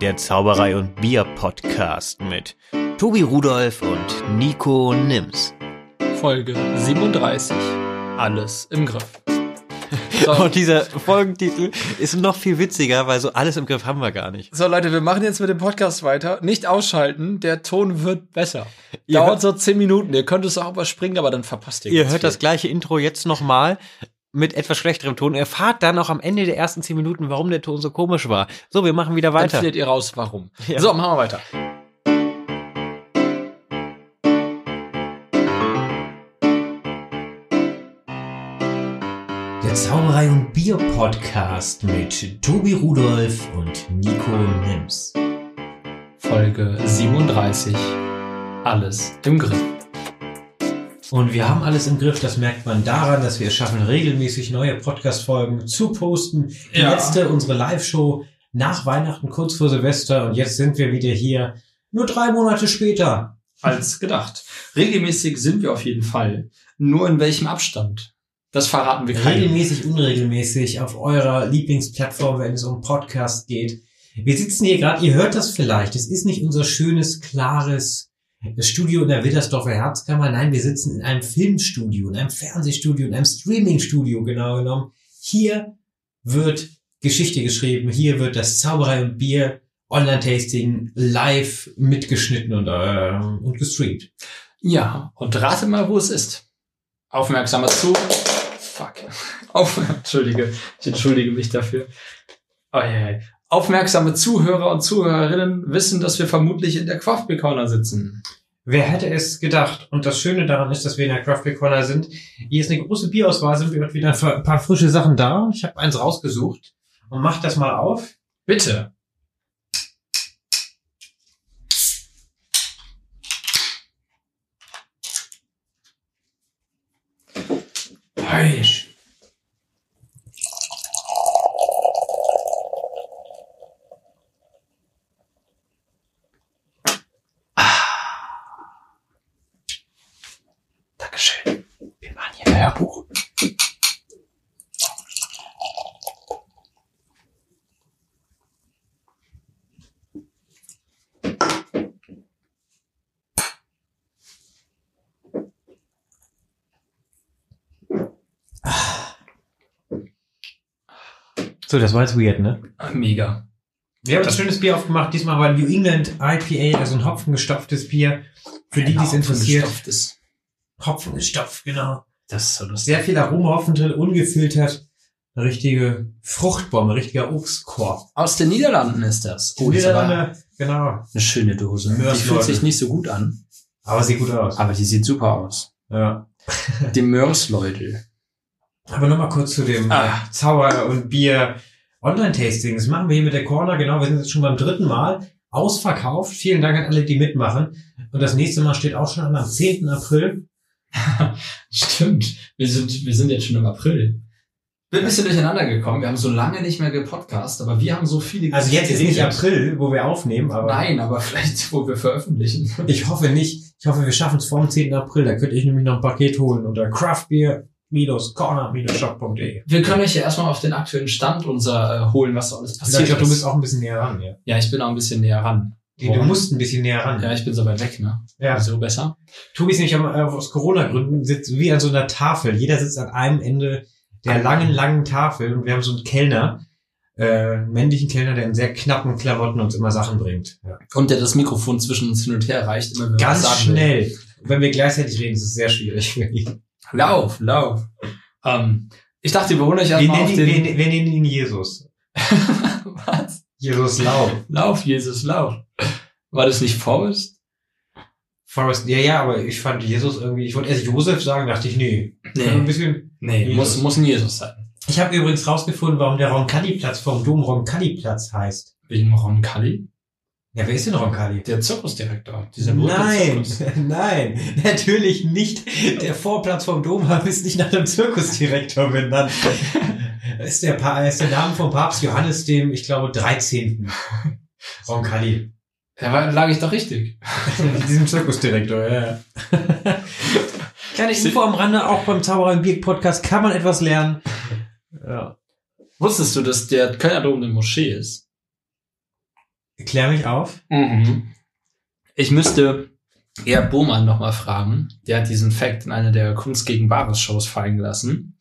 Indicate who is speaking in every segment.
Speaker 1: der Zauberei und Bier Podcast mit Tobi Rudolf und Nico Nims.
Speaker 2: Folge 37. Alles im Griff. So.
Speaker 1: Und dieser Folgentitel ist noch viel witziger, weil so alles im Griff haben wir gar nicht.
Speaker 2: so, Leute, wir machen jetzt mit dem Podcast weiter. Nicht ausschalten, der Ton wird besser.
Speaker 1: Ihr
Speaker 2: Dauert
Speaker 1: hört-
Speaker 2: so 10 Minuten. Ihr könnt es auch überspringen, aber dann verpasst ihr
Speaker 1: Ihr
Speaker 2: ganz
Speaker 1: hört
Speaker 2: viel.
Speaker 1: das gleiche Intro jetzt nochmal mit etwas schlechterem Ton. Ihr erfahrt dann auch am Ende der ersten zehn Minuten, warum der Ton so komisch war. So, wir machen wieder
Speaker 2: Dann
Speaker 1: weiter.
Speaker 2: findet ihr raus, warum.
Speaker 1: Ja.
Speaker 2: So, machen wir weiter.
Speaker 1: Der Zauberei und Bier Podcast mit Tobi Rudolf und Nico Nims.
Speaker 2: Folge 37. Alles im Griff.
Speaker 1: Und wir haben alles im Griff, das merkt man daran, dass wir es schaffen, regelmäßig neue Podcast-Folgen zu posten. Die
Speaker 2: Ja.
Speaker 1: letzte, unsere Live-Show nach Weihnachten, kurz vor Silvester. Und jetzt sind wir wieder hier, nur drei Monate später.
Speaker 2: als gedacht. Regelmäßig sind wir auf jeden Fall. Nur in welchem Abstand? Das verraten wir keinem.
Speaker 1: Regelmäßig, unregelmäßig auf eurer Lieblingsplattform, wenn es um Podcast geht. Wir sitzen hier gerade, ihr hört das vielleicht. Es ist nicht unser schönes, klares Studio in der Wittersdorfer Herbstkammer. Nein, wir sitzen in einem Filmstudio, in einem Fernsehstudio, in einem Streamingstudio genau genommen. Hier wird Geschichte geschrieben. Hier wird das Zauberei und Bier Online-Tasting live mitgeschnitten und, äh, und gestreamt.
Speaker 2: Ja, und rate mal, wo es ist. Aufmerksamer zu. Fuck. Auf, Entschuldige, ich entschuldige mich dafür. Oh, Aufmerksame Zuhörer und Zuhörerinnen wissen, dass wir vermutlich in der Craftbeer Corner sitzen.
Speaker 1: Wer hätte es gedacht? Und das Schöne daran ist, dass wir in der Craft Beer Corner sind. Hier ist eine große Bierauswahl, sind wir heute wieder ein paar frische Sachen da. Ich habe eins rausgesucht und mach das mal auf.
Speaker 2: Bitte.
Speaker 1: Heisch.
Speaker 2: Ah. Dankeschön. Wir machen hier ein Hörbuch.
Speaker 1: So, das war jetzt weird, ne?
Speaker 2: Mega.
Speaker 1: Wir haben ein schönes Bier aufgemacht. Diesmal war New England IPA, also ein hopfengestopftes Bier. Für die, die es interessiert.
Speaker 2: Ist.
Speaker 1: Hopfengestopft, genau.
Speaker 2: Das ist so lustig.
Speaker 1: Sehr viel Aromahopfen drin, ungefiltert. Eine richtige Fruchtbombe, ein richtiger Obstkorb.
Speaker 2: Aus den Niederlanden ist das. Oh, die ist aber eine
Speaker 1: Niederlande, genau.
Speaker 2: schöne Dose.
Speaker 1: Mörs,
Speaker 2: die fühlt
Speaker 1: Leute.
Speaker 2: sich nicht so gut an,
Speaker 1: Aber sieht gut aus.
Speaker 2: aber die sieht super aus.
Speaker 1: Ja.
Speaker 2: Die Mörs-Leute.
Speaker 1: Aber nochmal kurz zu dem
Speaker 2: Ah.
Speaker 1: äh, Zauber und Bier Online-Tasting. Das machen wir hier mit der Corner, genau. Wir sind jetzt schon beim dritten Mal ausverkauft. Vielen Dank an alle, die mitmachen. Und das nächste Mal steht auch schon an am 10. April.
Speaker 2: Stimmt. Wir sind, wir sind jetzt schon im April. Bin ein bisschen durcheinander gekommen. Wir haben so lange nicht mehr gepodcast, aber wir haben so viele.
Speaker 1: Also jetzt ist nicht
Speaker 2: geredet.
Speaker 1: April, wo wir aufnehmen, aber
Speaker 2: Nein, aber vielleicht, wo wir veröffentlichen.
Speaker 1: ich hoffe nicht. Ich hoffe, wir schaffen es vor dem 10. April. Da könnte ich nämlich noch ein Paket holen unter craftbeer-corner-shop.de.
Speaker 2: Wir können euch ja erstmal auf den aktuellen Stand unser äh, holen, was so alles
Speaker 1: Ich
Speaker 2: passiert
Speaker 1: glaube, du
Speaker 2: ist.
Speaker 1: bist auch ein bisschen näher ran, ja.
Speaker 2: ja, ich bin auch ein bisschen näher ran.
Speaker 1: Du musst ein bisschen näher ran.
Speaker 2: Ja, ich bin so weit weg, ne?
Speaker 1: Ja.
Speaker 2: So besser.
Speaker 1: Tobi ist nämlich am, äh, aus Corona-Gründen sitzt wie an so einer Tafel. Jeder sitzt an einem Ende der langen, langen Tafel und wir haben so einen Kellner, äh, einen männlichen Kellner, der in sehr knappen Klamotten uns immer Sachen bringt. Ja.
Speaker 2: Und der das Mikrofon zwischen uns hin und her reicht, immer wenn wir
Speaker 1: Ganz
Speaker 2: was sagen will.
Speaker 1: schnell. Wenn wir gleichzeitig reden, ist es sehr schwierig für ihn.
Speaker 2: Lauf, lauf. Ähm, ich dachte, wir holen euch
Speaker 1: Wir
Speaker 2: erstmal auf
Speaker 1: nennen, ihn,
Speaker 2: den...
Speaker 1: wir, wir nennen ihn Jesus.
Speaker 2: Was?
Speaker 1: Jesus Lau.
Speaker 2: Lauf, Jesus, lauf. War das nicht Forrest?
Speaker 1: Forrest, ja, ja, aber ich fand Jesus irgendwie, ich wollte erst Josef sagen, dachte ich, nee. Ein bisschen
Speaker 2: nee muss, muss ein Jesus sein.
Speaker 1: ich habe übrigens rausgefunden, warum der Roncalli-Platz vom Dom Roncalli-Platz heißt.
Speaker 2: Wegen Roncalli?
Speaker 1: Ja, wer ist denn Roncalli?
Speaker 2: Der Zirkusdirektor. Dieser berühmte
Speaker 1: Nein,
Speaker 2: Zirkus.
Speaker 1: nein, natürlich nicht. Der Vorplatz vom Domhaus ist nicht nach dem Zirkusdirektor benannt. Das ist der, pa ist der Name vom Papst Johannes dem, ich glaube, 13. Roncalli.
Speaker 2: Da war- lag ich doch richtig.
Speaker 1: Mit diesem Zirkusdirektor, ja. Kleine Info am Rande, auch beim Zauberer und Bier Podcast kann man etwas lernen. Ja.
Speaker 2: Wusstest du, dass der Kölner Dom eine Moschee ist?
Speaker 1: Klär mich auf.
Speaker 2: Mhm. Ich müsste eher Bohmann nochmal fragen. Der hat diesen Fact in einer der Kunst gegen Wahres Shows fallen gelassen.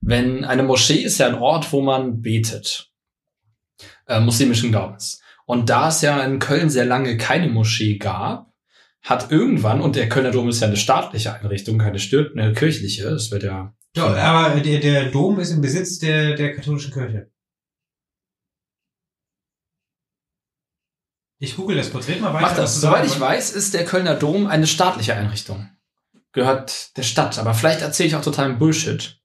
Speaker 2: Wenn eine Moschee ist ja ein Ort, wo man betet. Äh, muslimischen Glaubens. Und da es ja in Köln sehr lange keine Moschee gab, hat irgendwann, und der Kölner Dom ist ja eine staatliche Einrichtung, keine Stür eine kirchliche, es wird ja
Speaker 1: Ja, aber der, der Dom ist im Besitz der, der katholischen Kirche. Ich google das Porträt mal weiter.
Speaker 2: Macht das. Soweit ich weiß, ist der Kölner Dom eine staatliche Einrichtung. Gehört der Stadt. Aber vielleicht erzähle ich auch totalen Bullshit.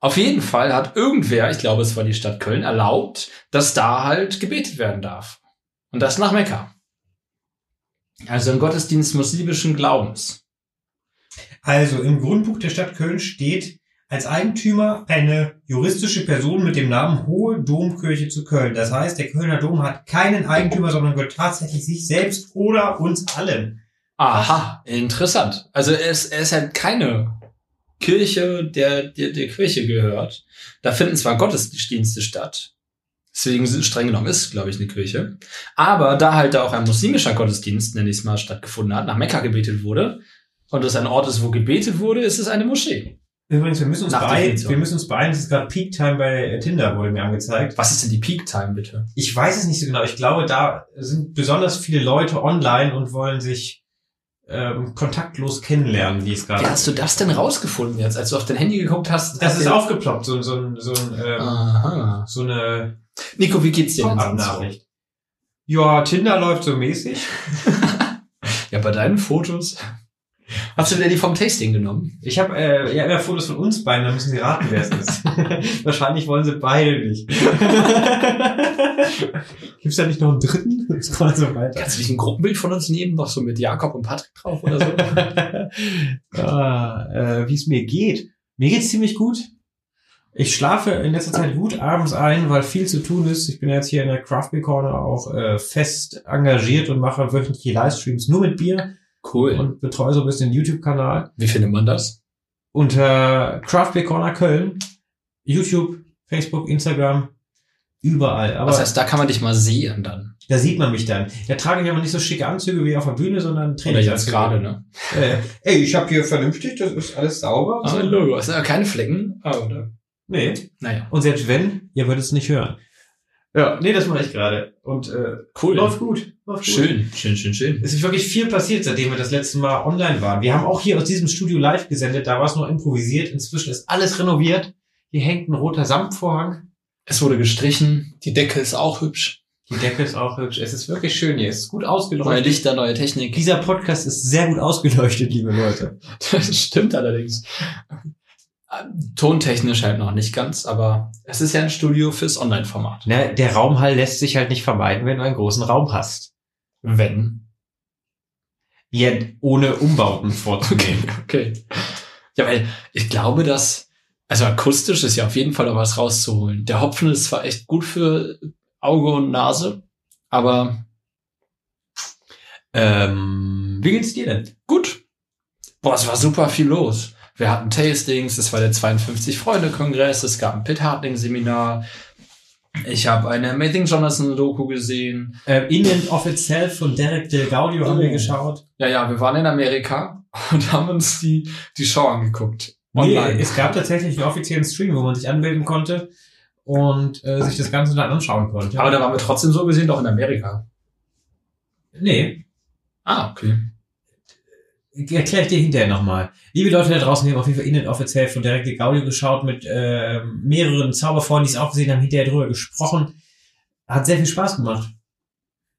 Speaker 2: Auf jeden Fall hat irgendwer, ich glaube, es war die Stadt Köln, erlaubt, dass da halt gebetet werden darf. Und das nach Mekka. Also ein Gottesdienst muslimischen Glaubens.
Speaker 1: Also im Grundbuch der Stadt Köln steht als Eigentümer eine juristische Person mit dem Namen Hohe Domkirche zu Köln. Das heißt, der Kölner Dom hat keinen Eigentümer, sondern gehört tatsächlich sich selbst oder uns allen.
Speaker 2: Aha, interessant. Also es, es ist halt keine Kirche, der, der der Kirche gehört. Da finden zwar Gottesdienste statt. Deswegen streng genommen ist, glaube ich, eine Kirche. Aber da halt da auch ein muslimischer Gottesdienst, nenne ich es mal, stattgefunden hat, nach Mekka gebetet wurde und es ein Ort ist, wo gebetet wurde, ist es eine Moschee.
Speaker 1: Übrigens, wir müssen uns
Speaker 2: Nach
Speaker 1: beeilen,
Speaker 2: Definition.
Speaker 1: wir müssen uns beeilen, es ist gerade Peak Time bei Tinder, wurde mir angezeigt.
Speaker 2: Was ist denn die Peak Time, bitte?
Speaker 1: Ich weiß es nicht so genau. Ich glaube, da sind besonders viele Leute online und wollen sich ähm, kontaktlos kennenlernen, wie es
Speaker 2: Wie
Speaker 1: gerade
Speaker 2: hast du das denn rausgefunden jetzt, als du auf dein Handy geguckt hast?
Speaker 1: Das
Speaker 2: hat
Speaker 1: ist
Speaker 2: dir-
Speaker 1: aufgeploppt, so, so, ein- so, ein, ähm,
Speaker 2: Aha.
Speaker 1: so eine
Speaker 2: Nico, wie geht's dir denn sonst so?
Speaker 1: Pop-Up-Nachricht. Ja, Tinder läuft so mäßig.
Speaker 2: Ja, bei deinen Fotos. Hast du dir die vom Tasting genommen?
Speaker 1: Ich habe äh, ja immer Fotos von uns beiden, da müssen sie raten, wer es ist. Wahrscheinlich wollen sie beide nicht. Gibt's da nicht noch einen dritten? Das war so weiter.
Speaker 2: Kannst du dich ein Gruppenbild von uns nehmen, noch so mit Jakob und Patrick drauf oder so?
Speaker 1: ah, äh, Wie es mir geht. Mir geht's ziemlich gut. Ich schlafe in letzter Zeit gut abends ein, weil viel zu tun ist. Ich bin jetzt hier in der Craft Beer Corner auch äh, fest engagiert und mache wöchentliche Livestreams nur mit Bier
Speaker 2: Cool.
Speaker 1: und betreue so ein bisschen den YouTube-Kanal.
Speaker 2: wie findet man das?
Speaker 1: unter Craft Beer Corner Köln, YouTube, Facebook, Instagram, überall. Aber
Speaker 2: Was heißt, da kann man dich mal sehen dann.
Speaker 1: da sieht man mich dann. Da trage ich aber nicht so schicke Anzüge wie auf der Bühne, sondern
Speaker 2: Oder jetzt
Speaker 1: Trainingsanzüge.
Speaker 2: gerade, ne?
Speaker 1: Äh, ey, ich habe hier vernünftig, das ist alles sauber. und so.
Speaker 2: Hallo, hast du keine Flecken? Ah, oder?
Speaker 1: Nee.
Speaker 2: Naja,
Speaker 1: Und selbst wenn, ihr würdet es nicht hören. Ja, nee, das mache ich gerade. Und äh,
Speaker 2: cool.
Speaker 1: läuft gut. Läuft gut.
Speaker 2: Schön, schön, schön, schön.
Speaker 1: Es ist wirklich viel passiert, seitdem wir das letzte Mal online waren. Wir haben auch hier aus diesem Studio live gesendet, da war es noch improvisiert. Inzwischen ist alles renoviert. Hier hängt ein roter Samtvorhang.
Speaker 2: Es wurde gestrichen, die Decke ist auch hübsch.
Speaker 1: Die Decke ist auch hübsch. Es ist wirklich schön hier. Es ist gut
Speaker 2: Neue
Speaker 1: ausgeleuchtet.
Speaker 2: Lichter, neue Technik.
Speaker 1: Dieser Podcast ist sehr gut ausgeleuchtet, liebe Leute.
Speaker 2: Das stimmt allerdings. Ähm, Tontechnisch halt noch nicht ganz, aber es ist ja ein Studio fürs Online-Format.
Speaker 1: Na, der Raumhall lässt sich halt nicht vermeiden, wenn du einen großen Raum hast.
Speaker 2: Wenn.
Speaker 1: Ja, ohne Umbauten vorzunehmen.
Speaker 2: Okay. Ja, weil ich glaube, dass, also akustisch ist ja auf jeden Fall noch was rauszuholen. Der Hopfen ist zwar echt gut für Auge und Nase, aber
Speaker 1: ähm, wie geht's dir denn?
Speaker 2: Gut. Boah, es war super viel los. Wir hatten Tastings, es war der 52-Freunde-Kongress, es gab ein Pit Hartling-Seminar. Ich habe eine Amazing Jonathan-Doku gesehen.
Speaker 1: Ähm, In and of itself von Derek Del Gaudio haben
Speaker 2: Oh.
Speaker 1: wir geschaut.
Speaker 2: Ja, ja, wir waren in Amerika und haben uns die, die Show angeguckt.
Speaker 1: Nee,
Speaker 2: Online.
Speaker 1: es gab tatsächlich einen offiziellen Stream, wo man sich anmelden konnte und äh, sich das Ganze dann anschauen konnte.
Speaker 2: Aber da waren wir trotzdem so gesehen doch in Amerika.
Speaker 1: nee,
Speaker 2: Ah, okay.
Speaker 1: Erkläre ich dir hinterher nochmal. Liebe Leute da draußen, wir haben auf jeden Fall innen offiziell von direkt die Gaudio geschaut mit äh, mehreren Zauberfreunden, die es auch gesehen haben, hinterher drüber gesprochen. Hat sehr viel Spaß gemacht.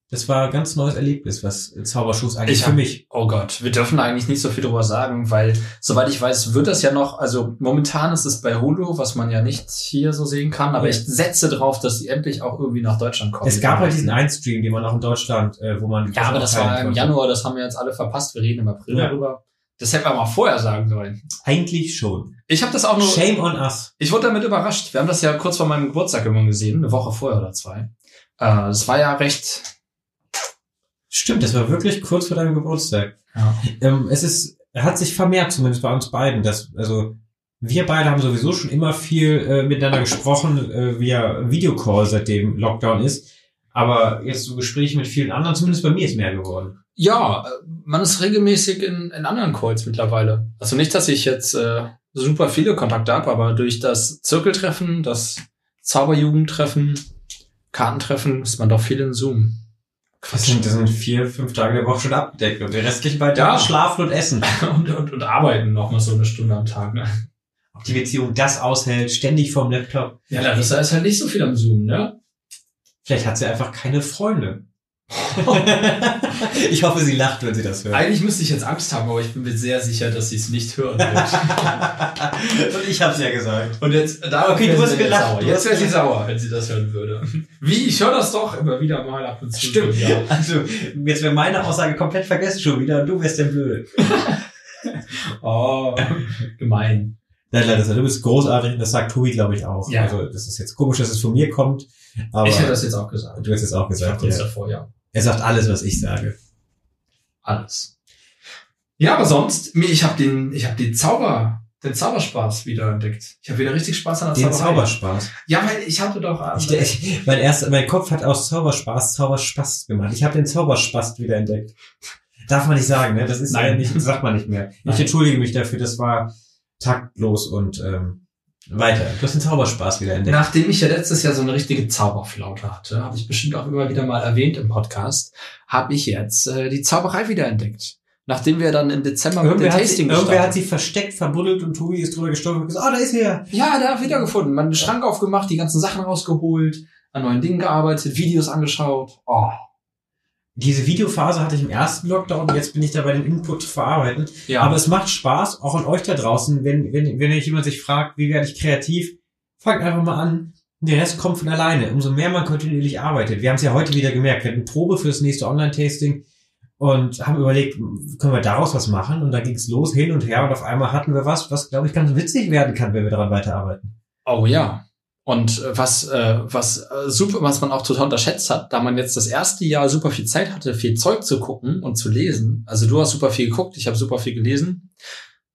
Speaker 1: Das war ein ganz neues Erlebnis, was Zauberschuss eigentlich
Speaker 2: Ich
Speaker 1: für
Speaker 2: hab-
Speaker 1: mich.
Speaker 2: Oh Gott, wir dürfen eigentlich nicht so viel drüber sagen, weil, soweit ich weiß, wird das ja noch, also momentan ist es bei Hulu, was man ja nicht hier so sehen kann, aber
Speaker 1: Ja.
Speaker 2: ich setze drauf, dass die endlich auch irgendwie nach Deutschland kommen.
Speaker 1: Es gab halt diesen Einstream, den man auch in Deutschland, äh, wo man.
Speaker 2: Ja, aber das
Speaker 1: teilen
Speaker 2: war im
Speaker 1: konnte.
Speaker 2: Januar, das haben wir jetzt alle verpasst. Wir reden im April
Speaker 1: Ja.
Speaker 2: darüber. Das hätten wir mal vorher sagen sollen.
Speaker 1: Eigentlich schon.
Speaker 2: Ich habe das auch nur.
Speaker 1: Shame on us.
Speaker 2: Ich wurde damit überrascht. Wir haben das ja kurz vor meinem Geburtstag irgendwann gesehen, eine Woche vorher oder zwei. Äh, Es war ja recht.
Speaker 1: Stimmt, das war wirklich kurz vor deinem Geburtstag.
Speaker 2: Ja.
Speaker 1: Ähm, es ist, hat sich vermehrt, zumindest bei uns beiden, dass, also, wir beide haben sowieso schon immer viel äh, miteinander gesprochen, äh, via Videocall, seitdem Lockdown ist. Aber jetzt so Gespräche mit vielen anderen, zumindest bei mir ist mehr geworden.
Speaker 2: Ja, äh, man ist regelmäßig in, in anderen Calls mittlerweile. Also nicht, dass ich jetzt äh, super viele Kontakte habe, aber durch das Zirkeltreffen, das Zauberjugendtreffen, Kartentreffen ist man doch viel in Zoom.
Speaker 1: Das sind, das sind vier, fünf Tage der Woche schon abgedeckt und der restlichen beiden
Speaker 2: Ja.
Speaker 1: Tage schlafen und essen.
Speaker 2: und, und, und arbeiten noch mal so eine Stunde am Tag. Ne?
Speaker 1: Ob die Beziehung das aushält, ständig vorm Laptop.
Speaker 2: Ja, da ist, da ist halt nicht so viel am Zoom, ne?
Speaker 1: Vielleicht hat sie einfach keine Freunde. ich hoffe, sie lacht, wenn sie das hört.
Speaker 2: Eigentlich müsste ich jetzt Angst haben, aber ich bin mir sehr sicher, dass sie es nicht hören wird.
Speaker 1: und ich hab's ja gesagt.
Speaker 2: Und jetzt, da
Speaker 1: Okay, du hast gelacht,
Speaker 2: Sauer.
Speaker 1: du
Speaker 2: Jetzt
Speaker 1: hast
Speaker 2: wäre sie
Speaker 1: gelacht.
Speaker 2: sauer, wenn sie das hören würde. Wie? Ich höre das doch immer wieder mal ab und zu.
Speaker 1: Stimmt.
Speaker 2: Ja.
Speaker 1: Also, jetzt wäre meine Aussage komplett vergessen schon wieder und du wärst der Blöde.
Speaker 2: Oh, gemein.
Speaker 1: Nein, nein, das, du bist großartig und das sagt Tobi, glaube ich, auch.
Speaker 2: Ja.
Speaker 1: Also, das ist jetzt komisch, dass es von mir kommt, aber
Speaker 2: ich hätte
Speaker 1: du
Speaker 2: das jetzt auch gesagt.
Speaker 1: hast es auch
Speaker 2: Ich war
Speaker 1: gesagt.
Speaker 2: kurz
Speaker 1: Ja.
Speaker 2: davor, ja.
Speaker 1: Er sagt alles, was ich sage.
Speaker 2: Alles. Ja, aber sonst, mir- ich habe den, ich habe den Zauber, den Zauberspaß wieder entdeckt. Ich habe wieder richtig Spaß an der
Speaker 1: Den
Speaker 2: Zauberei.
Speaker 1: Zauberspaß.
Speaker 2: Ja, weil ich hatte doch.
Speaker 1: Ich, ich, mein, erster, mein Kopf hat aus Zauberspaß Zauberspaß gemacht. Ich habe den Zauberspaß wieder entdeckt. Darf man nicht sagen, ne? Das ist
Speaker 2: Nein.
Speaker 1: ja nicht, das sagt man nicht mehr. Ich
Speaker 2: Nein.
Speaker 1: entschuldige mich dafür, das war taktlos und ähm, weiter. Du hast den Zauberspaß wieder entdeckt.
Speaker 2: äh, Nachdem ich ja letztes Jahr so eine richtige Zauberflaute hatte, habe ich bestimmt auch immer wieder mal erwähnt im Podcast, habe ich jetzt äh, die Zauberei wiederentdeckt. Nachdem wir dann im Dezember mit dem
Speaker 1: Irgendwer, hat sie,
Speaker 2: Tasting
Speaker 1: irgendwer hat
Speaker 2: gestartet.
Speaker 1: sie versteckt, verbuddelt und Tobi ist drüber gestorben und gesagt, oh, da ist er.
Speaker 2: Ja, da wiedergefunden. Meinen Schrank aufgemacht, die ganzen Sachen rausgeholt, an neuen Dingen gearbeitet, Videos angeschaut. Oh.
Speaker 1: Diese Videophase hatte ich im ersten Lockdown, jetzt bin ich dabei, den Input zu verarbeiten.
Speaker 2: Ja,
Speaker 1: Aber es macht Spaß, auch an euch da draußen, wenn, wenn, wenn euch jemand sich fragt, wie werde ich kreativ, fangt einfach mal an. Der Rest kommt von alleine. Umso mehr man kontinuierlich arbeitet. Wir haben es ja heute wieder gemerkt. Wir hatten Probe fürs nächste Online-Tasting und haben überlegt, können wir daraus was machen? Und da ging es los, hin und her. Und auf einmal hatten wir was, was, glaube ich, ganz witzig werden kann, wenn wir daran weiterarbeiten.
Speaker 2: Oh ja. Und äh, was, äh, was äh, super, was man auch total unterschätzt hat, da man jetzt das erste Jahr super viel Zeit hatte, viel Zeug zu gucken und zu lesen. Also du hast super viel geguckt, ich habe super viel gelesen.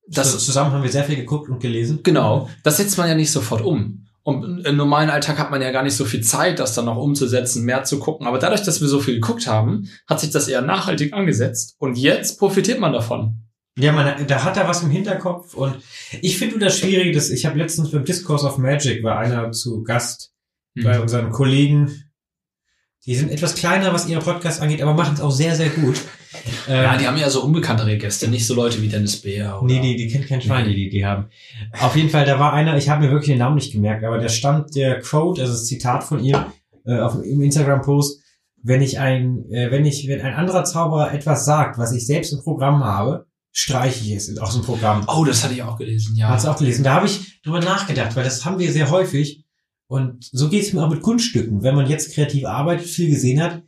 Speaker 2: Das
Speaker 1: Zus- zusammen haben wir sehr viel geguckt und gelesen.
Speaker 2: Genau, das setzt man ja nicht sofort um. Und im normalen Alltag hat man ja gar nicht so viel Zeit, das dann noch umzusetzen, mehr zu gucken. Aber dadurch, dass wir so viel geguckt haben, hat sich das eher nachhaltig angesetzt. Und jetzt profitiert man davon.
Speaker 1: Ja, man, da hat er was im Hinterkopf und ich finde nur das Schwierige, dass ich habe letztens beim Discourse of Magic war einer zu Gast
Speaker 2: Mhm.
Speaker 1: bei unseren Kollegen. Die sind etwas kleiner, was ihre Podcasts angeht, aber machen es auch sehr, sehr gut.
Speaker 2: Ja,
Speaker 1: Ähm,
Speaker 2: die haben ja so unbekanntere Gäste, nicht so Leute wie Dennis Beer. Oder
Speaker 1: nee, nee, die kennt kein Schwein, die, die die haben. Auf jeden Fall, da war einer, ich habe mir wirklich den Namen nicht gemerkt, aber da stand der Quote, also das Zitat von ihm, äh, auf, im Instagram-Post, wenn ich ein, äh, wenn ich, wenn ein anderer Zauberer etwas sagt, was ich selbst im Programm habe, streiche ich es aus dem Programm.
Speaker 2: Oh, das hatte ich auch gelesen, ja.
Speaker 1: Hast du auch gelesen. Da habe ich drüber nachgedacht, weil das haben wir sehr häufig. Und so geht es mir auch mit Kunststücken. Wenn man jetzt kreativ arbeitet, viel gesehen hat,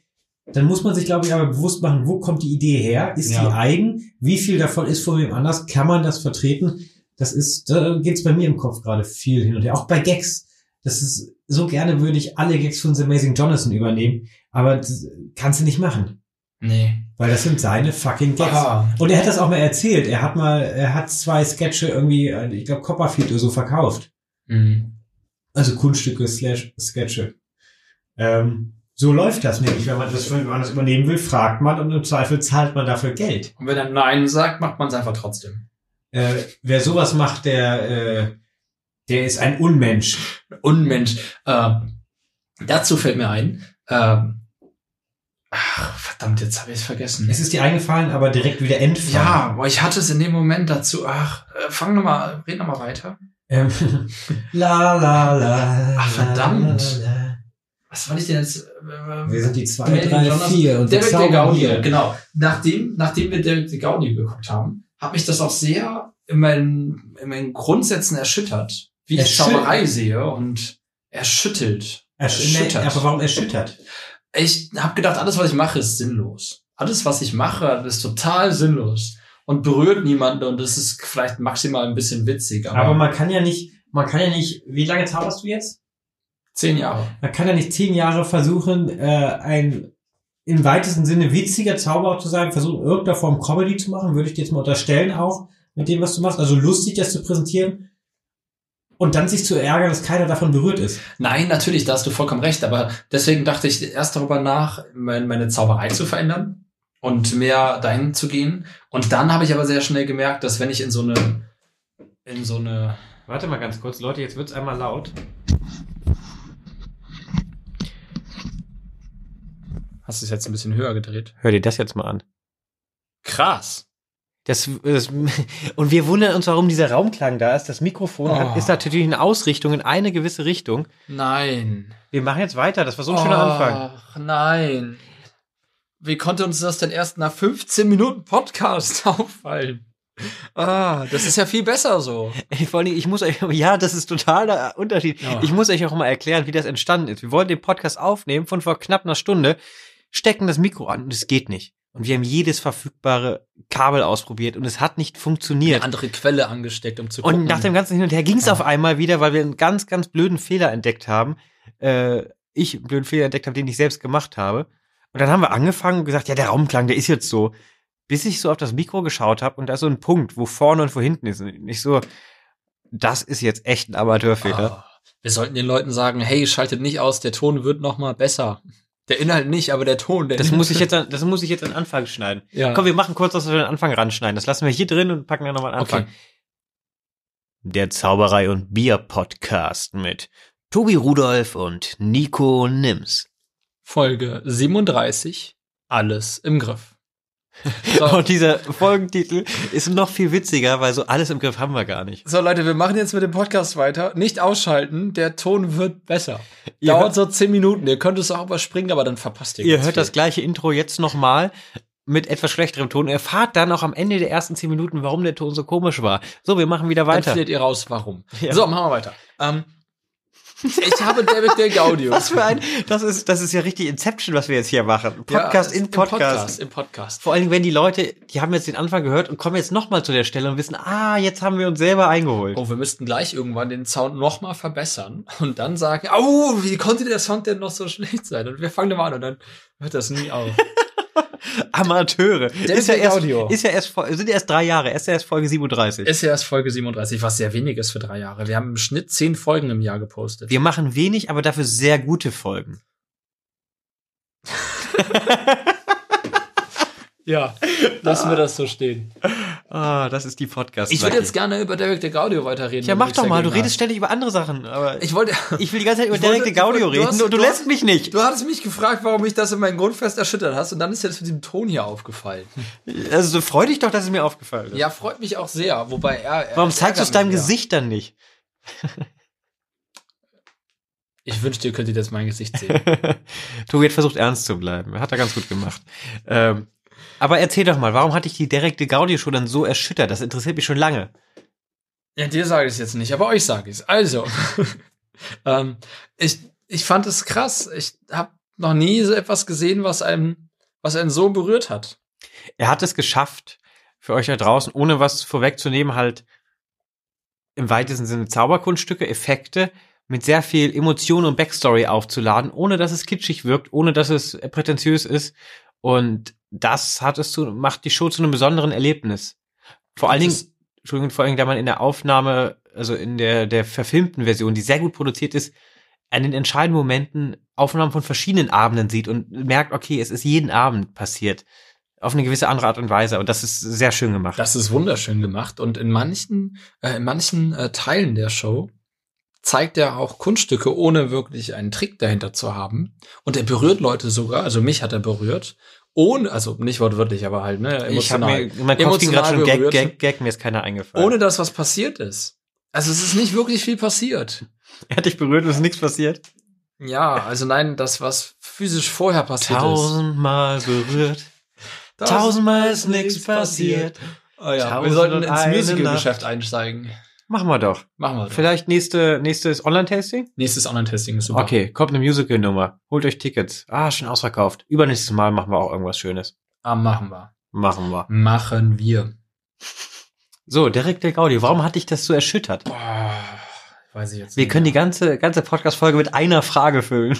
Speaker 1: dann muss man sich, glaube ich, aber bewusst machen, wo kommt die Idee her? Ist die
Speaker 2: Ja.
Speaker 1: eigen? Wie viel davon ist von wem anders? Kann man das vertreten? Das ist, da geht's bei mir im Kopf gerade viel hin und her. Auch bei Gags. Das ist, so gerne würde ich alle Gags von The Amazing Jonathan übernehmen, aber das kannst du nicht machen.
Speaker 2: Nee.
Speaker 1: Weil das sind seine fucking Gags.
Speaker 2: Ah,
Speaker 1: Und er hat das auch mal erzählt. Er hat mal, er hat zwei Sketche irgendwie, äh, ich glaube, Copperfield oder so verkauft.
Speaker 2: mhm.
Speaker 1: Also Kunststücke slash Sketche. Ähm, so läuft das nämlich. Wenn man das, wenn man das übernehmen will, fragt man und im Zweifel zahlt man dafür Geld.
Speaker 2: Und wenn er Nein sagt, macht man es einfach trotzdem.
Speaker 1: Äh, wer sowas macht, der, äh, der ist ein Unmensch.
Speaker 2: Unmensch. Äh, dazu fällt mir ein. Äh, ach, verdammt, jetzt habe ich es vergessen.
Speaker 1: Es ist dir eingefallen, aber direkt wieder entfallen.
Speaker 2: Ja, boah, ich hatte es in dem Moment dazu. Ach, äh, fang noch mal, red noch mal weiter.
Speaker 1: Ähm, la, la, la.
Speaker 2: Ach, verdammt.
Speaker 1: La, la,
Speaker 2: Was fand ich denn jetzt?
Speaker 1: la.
Speaker 2: Äh,
Speaker 1: Wir sind die zwei,
Speaker 2: Amazing
Speaker 1: drei,
Speaker 2: Jonathan.
Speaker 1: vier. Und wir
Speaker 2: Derek
Speaker 1: zaubern
Speaker 2: de Gaudi,
Speaker 1: hier.
Speaker 2: genau. Nachdem, nachdem wir Derek de Gaudi geguckt haben, habe ich das auch sehr in meinen, in meinen Grundsätzen erschüttert, wie ich
Speaker 1: Erschüttert?
Speaker 2: Zauberei sehe und erschüttelt.
Speaker 1: Erschüttert.
Speaker 2: Erschüttert.
Speaker 1: Aber warum erschüttert?
Speaker 2: ich habe gedacht, alles, was ich mache, ist sinnlos. Alles, was ich mache, ist total sinnlos und berührt niemanden und es ist vielleicht maximal ein bisschen witzig, aber,
Speaker 1: Aber man kann ja nicht, man kann ja nicht, wie lange zauberst du jetzt?
Speaker 2: zehn Jahre.
Speaker 1: Man kann ja nicht zehn Jahre versuchen, äh, ein im weitesten Sinne witziger Zauberer zu sein, versuchen, in irgendeiner Form Comedy zu machen, würde ich dir jetzt mal unterstellen auch, mit dem, was du machst. Also lustig, das zu präsentieren. und dann sich zu ärgern, dass keiner davon berührt ist.
Speaker 2: Nein, natürlich, da hast du vollkommen recht, aber deswegen dachte ich erst darüber nach, mein- meine Zauberei zu verändern und mehr dahin zu gehen. Und dann habe ich aber sehr schnell gemerkt, dass wenn ich in so eine, in so eine,
Speaker 1: Warte mal ganz kurz, Leute, jetzt wird's einmal laut.
Speaker 2: hast du es jetzt ein bisschen höher gedreht?
Speaker 1: Hör dir das jetzt mal an.
Speaker 2: Krass.
Speaker 1: Das, das, und wir wundern uns, warum dieser Raumklang da ist. Das Mikrofon hat,
Speaker 2: Oh.
Speaker 1: ist natürlich in Ausrichtung, in eine gewisse Richtung.
Speaker 2: Nein.
Speaker 1: Wir machen jetzt weiter. Das war so ein schöner Anfang.
Speaker 2: Ach nein. Wie konnte uns das denn erst nach 15 Minuten Podcast auffallen? Ah, das ist ja viel besser so.
Speaker 1: Ey, Vor allen Dingen, ich muss euch, ja, das ist totaler Unterschied.
Speaker 2: Ja.
Speaker 1: Ich muss euch auch mal erklären, wie das entstanden ist. Wir wollten den Podcast aufnehmen von vor knapp einer Stunde, stecken das Mikro an und es geht nicht. Und wir haben jedes verfügbare Kabel ausprobiert und es hat nicht funktioniert.
Speaker 2: Andere Quelle angesteckt, um zu
Speaker 1: Und nach dem ganzen Hin und Her ging es
Speaker 2: Ja.
Speaker 1: auf einmal wieder, weil wir einen ganz, ganz blöden Fehler entdeckt haben. Äh, ich einen blöden Fehler entdeckt habe, den ich selbst gemacht habe. Und dann haben wir angefangen und gesagt, ja, der Raumklang, der ist jetzt so. Bis ich so auf das Mikro geschaut habe und da ist so ein Punkt, wo vorne und wo hinten ist. Und ich so, das ist jetzt echt ein Amateurfehler.
Speaker 2: Ah, wir sollten den Leuten sagen, hey, schaltet nicht aus, der Ton wird noch mal besser. Der Inhalt nicht, aber der Ton, der
Speaker 1: Das muss ich jetzt an, das muss ich jetzt an den Anfang schneiden.
Speaker 2: ja.
Speaker 1: Komm, wir machen kurz, dass wir den Anfang ranschneiden. Das lassen wir hier drin und packen dann nochmal einen Anfang.
Speaker 2: okay.
Speaker 1: Der Zauberei und Bier Podcast mit Tobi Rudolf und Nico Nims.
Speaker 2: Folge 37, alles im Griff. So.
Speaker 1: Und dieser Folgentitel ist noch viel witziger, weil so alles im Griff haben wir gar nicht.
Speaker 2: So, Leute, wir machen jetzt mit dem Podcast weiter. Nicht ausschalten, der Ton wird besser.
Speaker 1: Ihr
Speaker 2: Dauert
Speaker 1: hört-
Speaker 2: so zehn Minuten. Ihr könnt es auch überspringen, aber dann verpasst ihr
Speaker 1: Ihr
Speaker 2: ganz
Speaker 1: hört
Speaker 2: viel.
Speaker 1: das gleiche Intro jetzt nochmal mit etwas schlechterem Ton. Ihr erfahrt dann auch am Ende der ersten zehn Minuten, warum der Ton so komisch war. So, wir machen wieder
Speaker 2: Dann
Speaker 1: weiter.
Speaker 2: findet ihr raus, warum.
Speaker 1: Ja.
Speaker 2: So, machen wir weiter. Ähm, ich habe David Del Gaudio.
Speaker 1: Was für ein, das ist, das ist ja richtig Inception, was wir jetzt hier machen. Podcast
Speaker 2: Ja,
Speaker 1: in Podcast.
Speaker 2: Im Podcast. Im Podcast.
Speaker 1: Vor allen Dingen, wenn die Leute, die haben jetzt den Anfang gehört und kommen jetzt nochmal zu der Stelle und wissen, ah, jetzt haben wir uns selber eingeholt.
Speaker 2: Oh, wir müssten gleich irgendwann den Sound nochmal verbessern und dann sagen, au, wie konnte der Sound denn noch so schlecht sein? Und wir fangen mal an und dann hört das nie auf.
Speaker 1: Amateure. Ist ja,
Speaker 2: Del
Speaker 1: erst,
Speaker 2: Gaudio.
Speaker 1: ist ja erst, Fol- sind ja erst drei Jahre, ist ja erst Folge 37.
Speaker 2: ist ja erst Folge 37, was sehr wenig ist für drei Jahre. Wir haben im Schnitt zehn Folgen im Jahr gepostet.
Speaker 1: Wir machen wenig, aber dafür sehr gute Folgen.
Speaker 2: Ja, lassen wir das so stehen.
Speaker 1: Ah, das ist die podcast
Speaker 2: Ich würde jetzt gerne über Derek de Gaudio weiterreden.
Speaker 1: Ja,
Speaker 2: wenn
Speaker 1: mach
Speaker 2: nichts
Speaker 1: doch mal, du
Speaker 2: dagegen
Speaker 1: redest ständig über andere Sachen, aber
Speaker 2: hast.
Speaker 1: ich,
Speaker 2: Ich wollte.
Speaker 1: will die ganze Zeit über
Speaker 2: Ich wollte-
Speaker 1: direkte Gaudio
Speaker 2: du hast-
Speaker 1: reden und du
Speaker 2: du
Speaker 1: lässt mich nicht.
Speaker 2: Du hattest mich gefragt, warum ich das in meinem Grundfest erschüttert hast und dann ist dir das mit dem Ton hier aufgefallen.
Speaker 1: Also so freu dich doch, dass es mir aufgefallen ist.
Speaker 2: Ja, freut mich auch sehr. Wobei er. er
Speaker 1: Warum zeigst du es
Speaker 2: ärgert
Speaker 1: deinem
Speaker 2: mich, ja.
Speaker 1: Gesicht dann nicht?
Speaker 2: Ich wünschte, ihr könntet jetzt mein Gesicht sehen.
Speaker 1: Tobi hat versucht, ernst zu bleiben. Hat er ganz gut gemacht. Ähm, aber erzähl doch mal, warum hatte ich die direkte Gaudio schon dann so erschüttert? Das interessiert mich schon lange.
Speaker 2: Ja, dir sage ich es jetzt nicht, aber euch sage ich es. Also, ähm, ich, ich fand es krass. Ich habe noch nie so etwas gesehen, was einem, was einen so berührt hat.
Speaker 1: Er hat es geschafft, für euch da draußen, ohne was vorwegzunehmen, halt im weitesten Sinne Zauberkunststücke, Effekte mit sehr viel Emotion und Backstory aufzuladen, ohne dass es kitschig wirkt, ohne dass es äh, prätentiös ist. Und das hat es zu, macht die Show zu einem besonderen Erlebnis. Vor allen
Speaker 2: Das
Speaker 1: Dingen, Entschuldigung, vor allen Dingen, da man in der Aufnahme, also in der, der verfilmten Version, die sehr gut produziert ist, an den entscheidenden Momenten Aufnahmen von verschiedenen Abenden sieht und merkt, okay, es ist jeden Abend passiert. Auf eine gewisse andere Art und Weise. Und das ist sehr schön gemacht.
Speaker 2: Das ist wunderschön gemacht und in manchen, äh, in manchen äh, Teilen der Show zeigt er auch Kunststücke, ohne wirklich einen Trick dahinter zu haben. Und er berührt Leute sogar, also mich hat er berührt, ohne, also nicht wortwörtlich, aber halt, ne,
Speaker 1: ich habe
Speaker 2: emotional.
Speaker 1: mir, mein Kopf ging gerade schon
Speaker 2: Emotional
Speaker 1: Gag,
Speaker 2: berührt.
Speaker 1: Gag, Gag, mir ist keiner eingefallen.
Speaker 2: ohne dass was passiert ist. Also es ist nicht wirklich viel passiert.
Speaker 1: er hat dich berührt und es ist nichts passiert.
Speaker 2: Ja, also nein, das, was physisch vorher passiert ist.
Speaker 1: Tausendmal berührt. Tausendmal ist nichts passiert.
Speaker 2: Oh ja, wir
Speaker 1: Tausend und
Speaker 2: sollten ins
Speaker 1: eine
Speaker 2: Musical-Geschäft einsteigen.
Speaker 1: Machen wir doch.
Speaker 2: Machen wir. Vielleicht.
Speaker 1: Vielleicht nächste, nächstes Online-Tasting?
Speaker 2: Nächstes Online-Testing ist super.
Speaker 1: Okay, kommt eine Musical-Nummer. Holt euch Tickets. Ah, schon ausverkauft. Übernächstes Mal machen wir auch irgendwas Schönes.
Speaker 2: Ah, machen wir.
Speaker 1: Machen wir.
Speaker 2: Machen wir.
Speaker 1: So, direkt der Gaudi. Warum hatte ich das so erschüttert?
Speaker 2: Boah, weiß ich jetzt
Speaker 1: Wir
Speaker 2: nicht
Speaker 1: können die
Speaker 2: mehr.
Speaker 1: ganze, ganze Podcast-Folge mit einer Frage füllen.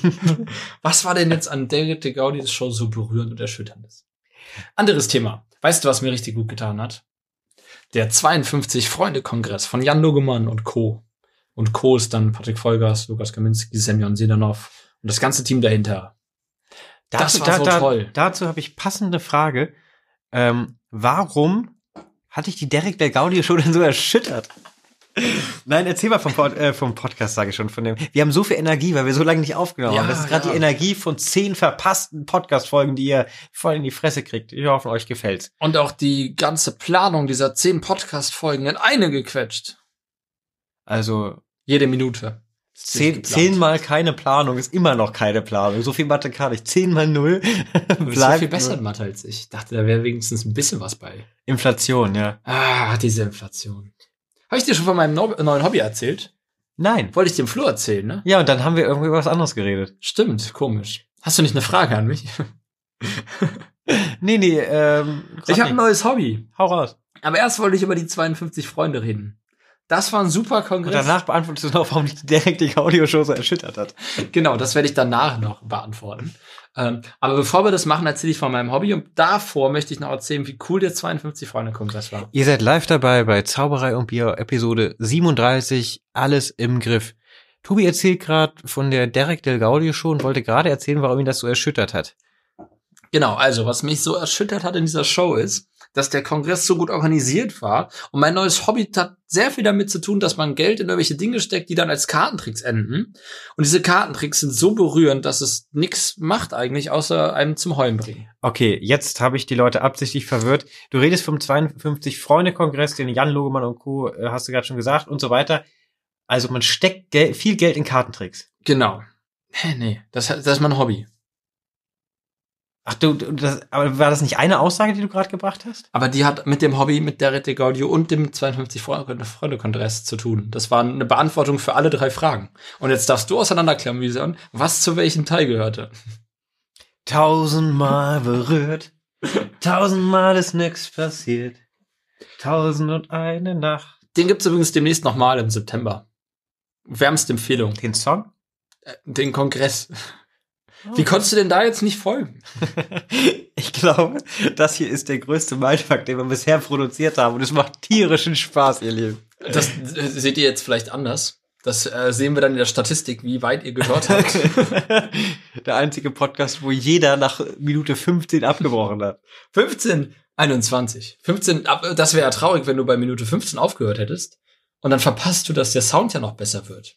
Speaker 2: Was war denn jetzt an David de Gaudis Show so berührend und erschütterndes? Anderes Thema. Weißt du, was mir richtig gut getan hat? Der 52 Freunde Kongress von Jan Logemann und Co. und Co. ist dann Patrick Vollgas, Lukas Kaminski, Semyon Sedanov und das ganze Team dahinter. Das war so toll.
Speaker 1: Dazu habe ich passende Frage. Ähm, warum hatte ich die Derek Belgaudio schon so erschüttert? Nein, erzähl mal vom, Pod, äh, vom Podcast, sage ich schon. Von dem. Wir haben so viel Energie, weil wir so lange nicht aufgenommen
Speaker 2: Ja,
Speaker 1: haben. Das ist gerade
Speaker 2: ja.
Speaker 1: die Energie von zehn verpassten Podcast-Folgen, die ihr voll in die Fresse kriegt. Ich hoffe, euch gefällt's.
Speaker 2: Und auch die ganze Planung dieser zehn Podcast-Folgen in eine gequetscht.
Speaker 1: Also
Speaker 2: Jede Minute. Ist
Speaker 1: zehn,
Speaker 2: durchgeplant.
Speaker 1: zehnmal keine Planung ist immer noch keine Planung. So viel Mathe kann ich. Zehnmal null.
Speaker 2: Du bist so viel besser in Mathe als ich. Ich dachte, da wäre wenigstens ein bisschen was bei.
Speaker 1: Inflation, ja.
Speaker 2: Ah, diese Inflation. Habe ich dir schon von meinem no neuen Hobby erzählt?
Speaker 1: Nein.
Speaker 2: Wollte ich dem Flo erzählen, ne?
Speaker 1: Ja, und dann haben wir irgendwie über was anderes geredet.
Speaker 2: Stimmt, komisch. Hast du nicht eine Frage an mich?
Speaker 1: Nee, nee, ähm, grad
Speaker 2: Ich habe ein
Speaker 1: nicht.
Speaker 2: neues Hobby.
Speaker 1: Hau raus.
Speaker 2: Aber erst wollte ich über die 52 Freunde reden. Das war ein super
Speaker 1: Und
Speaker 2: Kongress.
Speaker 1: danach beantwortest du noch, warum dich die direkt die Audioshow so erschüttert hat.
Speaker 2: Genau, das werde ich danach noch beantworten. Ähm, aber bevor wir das machen, erzähle ich von meinem Hobby und davor möchte ich noch erzählen, wie cool der 52 Freunde Kongress war.
Speaker 1: Ihr seid live dabei bei Zauberei und Bier Episode 37, alles im Griff. Tobi erzählt gerade von der Derek Del Gaudio Show und wollte gerade erzählen, warum ihn das so erschüttert hat.
Speaker 2: Genau, also was mich so erschüttert hat in dieser Show ist, dass der Kongress so gut organisiert war und mein neues Hobby hat sehr viel damit zu tun, dass man Geld in irgendwelche Dinge steckt, die dann als Kartentricks enden. Und diese Kartentricks sind so berührend, dass es nichts macht eigentlich, außer einem zum Heulen bringen.
Speaker 1: Okay, jetzt habe ich die Leute absichtlich verwirrt. Du redest vom 52 Freunde Kongress, den Jan Logemann und Co. äh, hast du gerade schon gesagt und so weiter. Also man steckt Gel viel Geld in Kartentricks.
Speaker 2: Genau. Hä, nee, das, das ist mein Hobby.
Speaker 1: Ach du, du- das, aber war das nicht eine Aussage, die du gerade gebracht hast?
Speaker 2: Aber die hat mit dem Hobby, mit der Rete Gaudio und dem 52 Freunde- Freunde-Kongress zu tun. Das war eine Beantwortung für alle drei Fragen. Und jetzt darfst du auseinanderklammern, was zu welchem Teil gehörte.
Speaker 1: Tausendmal berührt, tausendmal ist nix passiert, tausend und eine Nacht.
Speaker 2: Den gibt's übrigens demnächst nochmal im September. Wärmste Empfehlung.
Speaker 1: Den Song?
Speaker 2: Äh, Den Kongress. Wie konntest du denn da jetzt nicht folgen?
Speaker 1: ich glaube, das hier ist der größte Mindfuck, den wir bisher produziert haben und es macht tierischen Spaß, ihr Lieben.
Speaker 2: Das äh, seht ihr jetzt vielleicht anders. Das äh, sehen wir dann in der Statistik, wie weit ihr gehört habt.
Speaker 1: der einzige Podcast, wo jeder nach Minute 15 abgebrochen hat.
Speaker 2: 15, 21. 15, ab- das wäre ja traurig, wenn du bei Minute 15 aufgehört hättest. Und dann verpasst du, dass der Sound ja noch besser wird.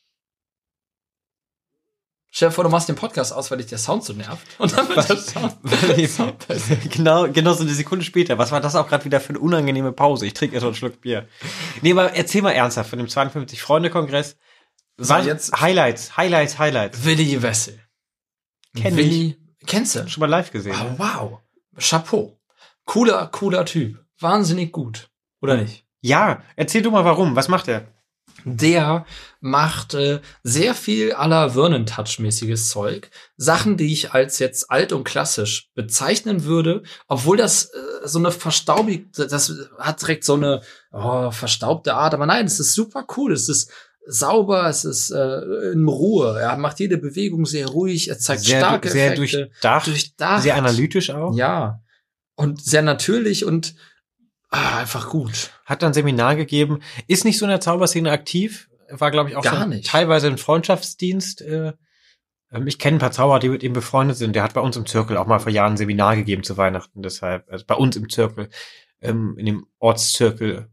Speaker 2: Stell dir vor, du machst den Podcast aus, weil dich der Sound so nervt. Und dann wird der Sound, der Sound besser.
Speaker 1: genau, genau so eine Sekunde später. Was war das auch gerade wieder für eine unangenehme Pause? Ich trinke erst mal einen Schluck Bier. Nee, aber erzähl mal ernsthaft von dem 52-Freunde-Kongress. Was?
Speaker 2: jetzt-
Speaker 1: Highlights, Highlights, Highlights.
Speaker 2: Willi Wessel.
Speaker 1: Kenn
Speaker 2: Willi, kennst du?
Speaker 1: Schon mal live gesehen.
Speaker 2: Ah, wow. Chapeau. Cooler, cooler Typ. Wahnsinnig gut. Oder nicht?
Speaker 1: Ja, erzähl du mal warum. Was macht er?
Speaker 2: der macht äh, sehr viel aller Vernon-Touch-mäßiges Zeug. Sachen, die ich als jetzt alt und klassisch bezeichnen würde, obwohl das äh, so eine verstaubigte, das hat direkt so eine oh, verstaubte Art, aber nein, es ist super cool, es ist sauber, es ist äh, in Ruhe, er macht jede Bewegung sehr ruhig, er zeigt starke
Speaker 1: sehr
Speaker 2: Effekte,
Speaker 1: durchdacht,
Speaker 2: durchdacht,
Speaker 1: sehr analytisch auch.
Speaker 2: Ja, und sehr natürlich und ah, einfach gut.
Speaker 1: Hat dann Seminar gegeben, ist nicht so in der Zauberszene aktiv, war glaube ich auch
Speaker 2: Gar
Speaker 1: so
Speaker 2: nicht.
Speaker 1: teilweise im Freundschaftsdienst. Äh, ähm, ich kenne ein paar Zauberer, die mit ihm befreundet sind. Der hat bei uns im Zirkel auch mal vor Jahren ein Seminar gegeben zu Weihnachten, deshalb also bei uns im Zirkel, ähm, in dem Ortszirkel,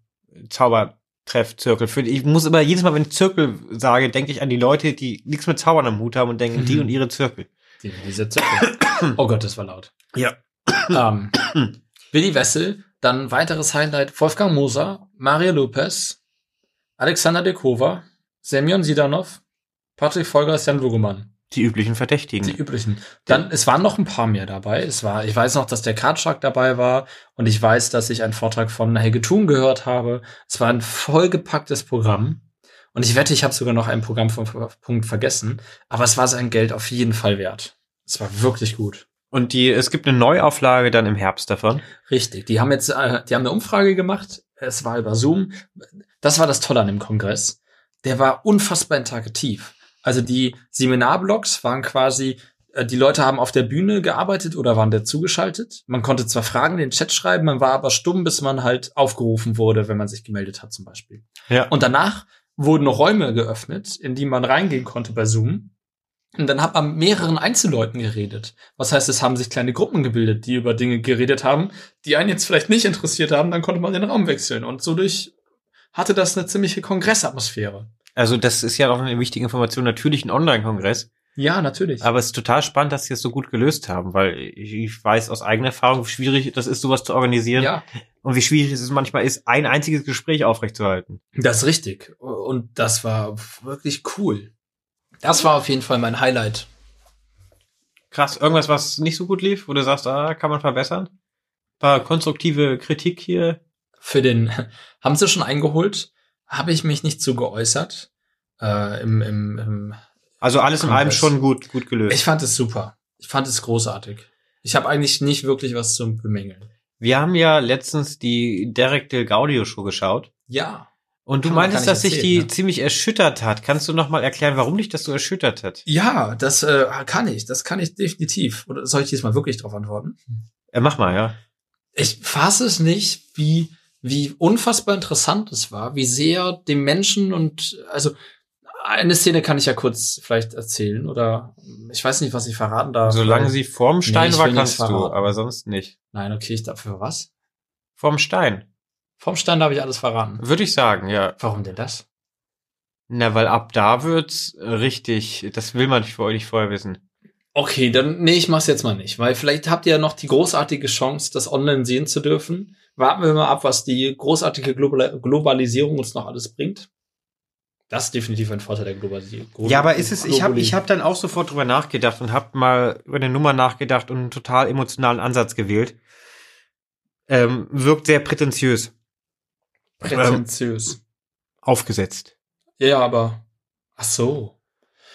Speaker 1: Zaubertreffzirkel. Für- Ich muss immer jedes Mal, wenn ich Zirkel sage, denke ich an die Leute, die nichts mit Zaubern am Hut haben und denken,
Speaker 2: Mhm.
Speaker 1: die und ihre Zirkel.
Speaker 2: Die, diese Zirkel. Oh Gott, das war laut.
Speaker 1: Ja.
Speaker 2: Ähm, Willi Wessel, dann weiteres Highlight: Wolfgang Moser, Mario Lopez, Alexander Dekova, Semyon Sidanov, Patrick Folger, Jan Lugemann.
Speaker 1: Die üblichen Verdächtigen.
Speaker 2: Die üblichen. Dann, es waren noch ein paar mehr dabei. Es war, ich weiß noch, dass der Kartschlag dabei war und ich weiß, dass ich einen Vortrag von Helge Thun gehört habe. Es war ein vollgepacktes Programm. Und ich wette, ich habe sogar noch einen Programmpunkt vergessen. Aber es war sein Geld auf jeden Fall wert. Es war wirklich gut.
Speaker 1: und die, es gibt eine Neuauflage dann im Herbst davon.
Speaker 2: Richtig. Die haben jetzt, äh, die haben eine Umfrage gemacht. Es war über Zoom. Das war das Tolle an dem Kongress. Der war unfassbar interaktiv. Also die Seminarblocks waren quasi, äh, die Leute haben auf der Bühne gearbeitet oder waren da zugeschaltet. Man konnte zwar Fragen in den Chat schreiben, man war aber stumm, bis man halt aufgerufen wurde, wenn man sich gemeldet hat zum Beispiel.
Speaker 1: Ja.
Speaker 2: Und danach wurden Räume geöffnet, in die man reingehen konnte bei Zoom. Und dann hat man mit mehreren Einzelleuten geredet. Was heißt, es haben sich kleine Gruppen gebildet, die über Dinge geredet haben, die einen jetzt vielleicht nicht interessiert haben, dann konnte man den Raum wechseln. Und dadurch hatte das eine ziemliche Kongressatmosphäre.
Speaker 1: Also das ist ja auch eine wichtige Information. Natürlich ein Online-Kongress.
Speaker 2: Ja, natürlich.
Speaker 1: Aber es ist total spannend, dass sie es so gut gelöst haben, weil ich ich weiß aus eigener Erfahrung, wie schwierig das ist, sowas zu organisieren.
Speaker 2: ja,
Speaker 1: Und wie schwierig es manchmal ist, ein einziges Gespräch aufrechtzuerhalten.
Speaker 2: das ist richtig. Und das war wirklich cool. Das war auf jeden Fall mein Highlight.
Speaker 1: Krass, irgendwas, was nicht so gut lief, wo du sagst, ah, kann man verbessern? War konstruktive Kritik hier.
Speaker 2: für den, haben sie schon eingeholt? Habe ich mich nicht zu geäußert. Äh, im, im, im
Speaker 1: Also alles in allem
Speaker 2: Kongress.
Speaker 1: schon gut, gut gelöst.
Speaker 2: ich fand es super. Ich fand es großartig. Ich habe eigentlich nicht wirklich was zum Bemängeln.
Speaker 1: Wir haben ja letztens die Derek Del Gaudio Show geschaut.
Speaker 2: Ja.
Speaker 1: Und du
Speaker 2: Kann man
Speaker 1: meintest,
Speaker 2: gar nicht
Speaker 1: dass sich die
Speaker 2: erzählen, ne?
Speaker 1: ziemlich erschüttert hat. Kannst du nochmal erklären, warum dich das so erschüttert hat?
Speaker 2: Ja, das äh, kann ich. Das kann ich definitiv. Oder soll ich diesmal wirklich drauf antworten?
Speaker 1: Äh, mach mal, ja.
Speaker 2: ich fasse es nicht, wie, wie unfassbar interessant es war, wie sehr dem Menschen und, also, eine Szene kann ich ja kurz vielleicht erzählen oder ich weiß nicht, was ich verraten darf.
Speaker 1: Solange sie vorm Stein
Speaker 2: ich
Speaker 1: war,
Speaker 2: will nichts
Speaker 1: kannst du,
Speaker 2: verraten.
Speaker 1: aber sonst nicht.
Speaker 2: Nein, okay, ich darf für was?
Speaker 1: Vorm Stein,
Speaker 2: Vom Stand habe ich alles verraten.
Speaker 1: würde ich sagen, ja.
Speaker 2: Warum denn das?
Speaker 1: Na, weil ab da wird's äh, richtig, das will man für euch nicht vorher wissen.
Speaker 2: Okay, dann, nee, ich mach's jetzt mal nicht, weil vielleicht habt ihr ja noch die großartige Chance, das online sehen zu dürfen. Warten wir mal ab, was die großartige Global Globalisierung uns noch alles bringt. Das ist definitiv ein Vorteil der Globalisierung.
Speaker 1: Ja, aber ist es, ich habe ich hab dann auch sofort drüber nachgedacht und habe mal über eine Nummer nachgedacht und einen total emotionalen Ansatz gewählt. Ähm, wirkt sehr prätentiös, Ähm.
Speaker 2: prätentiös.
Speaker 1: aufgesetzt.
Speaker 2: Ja, aber. Ach so.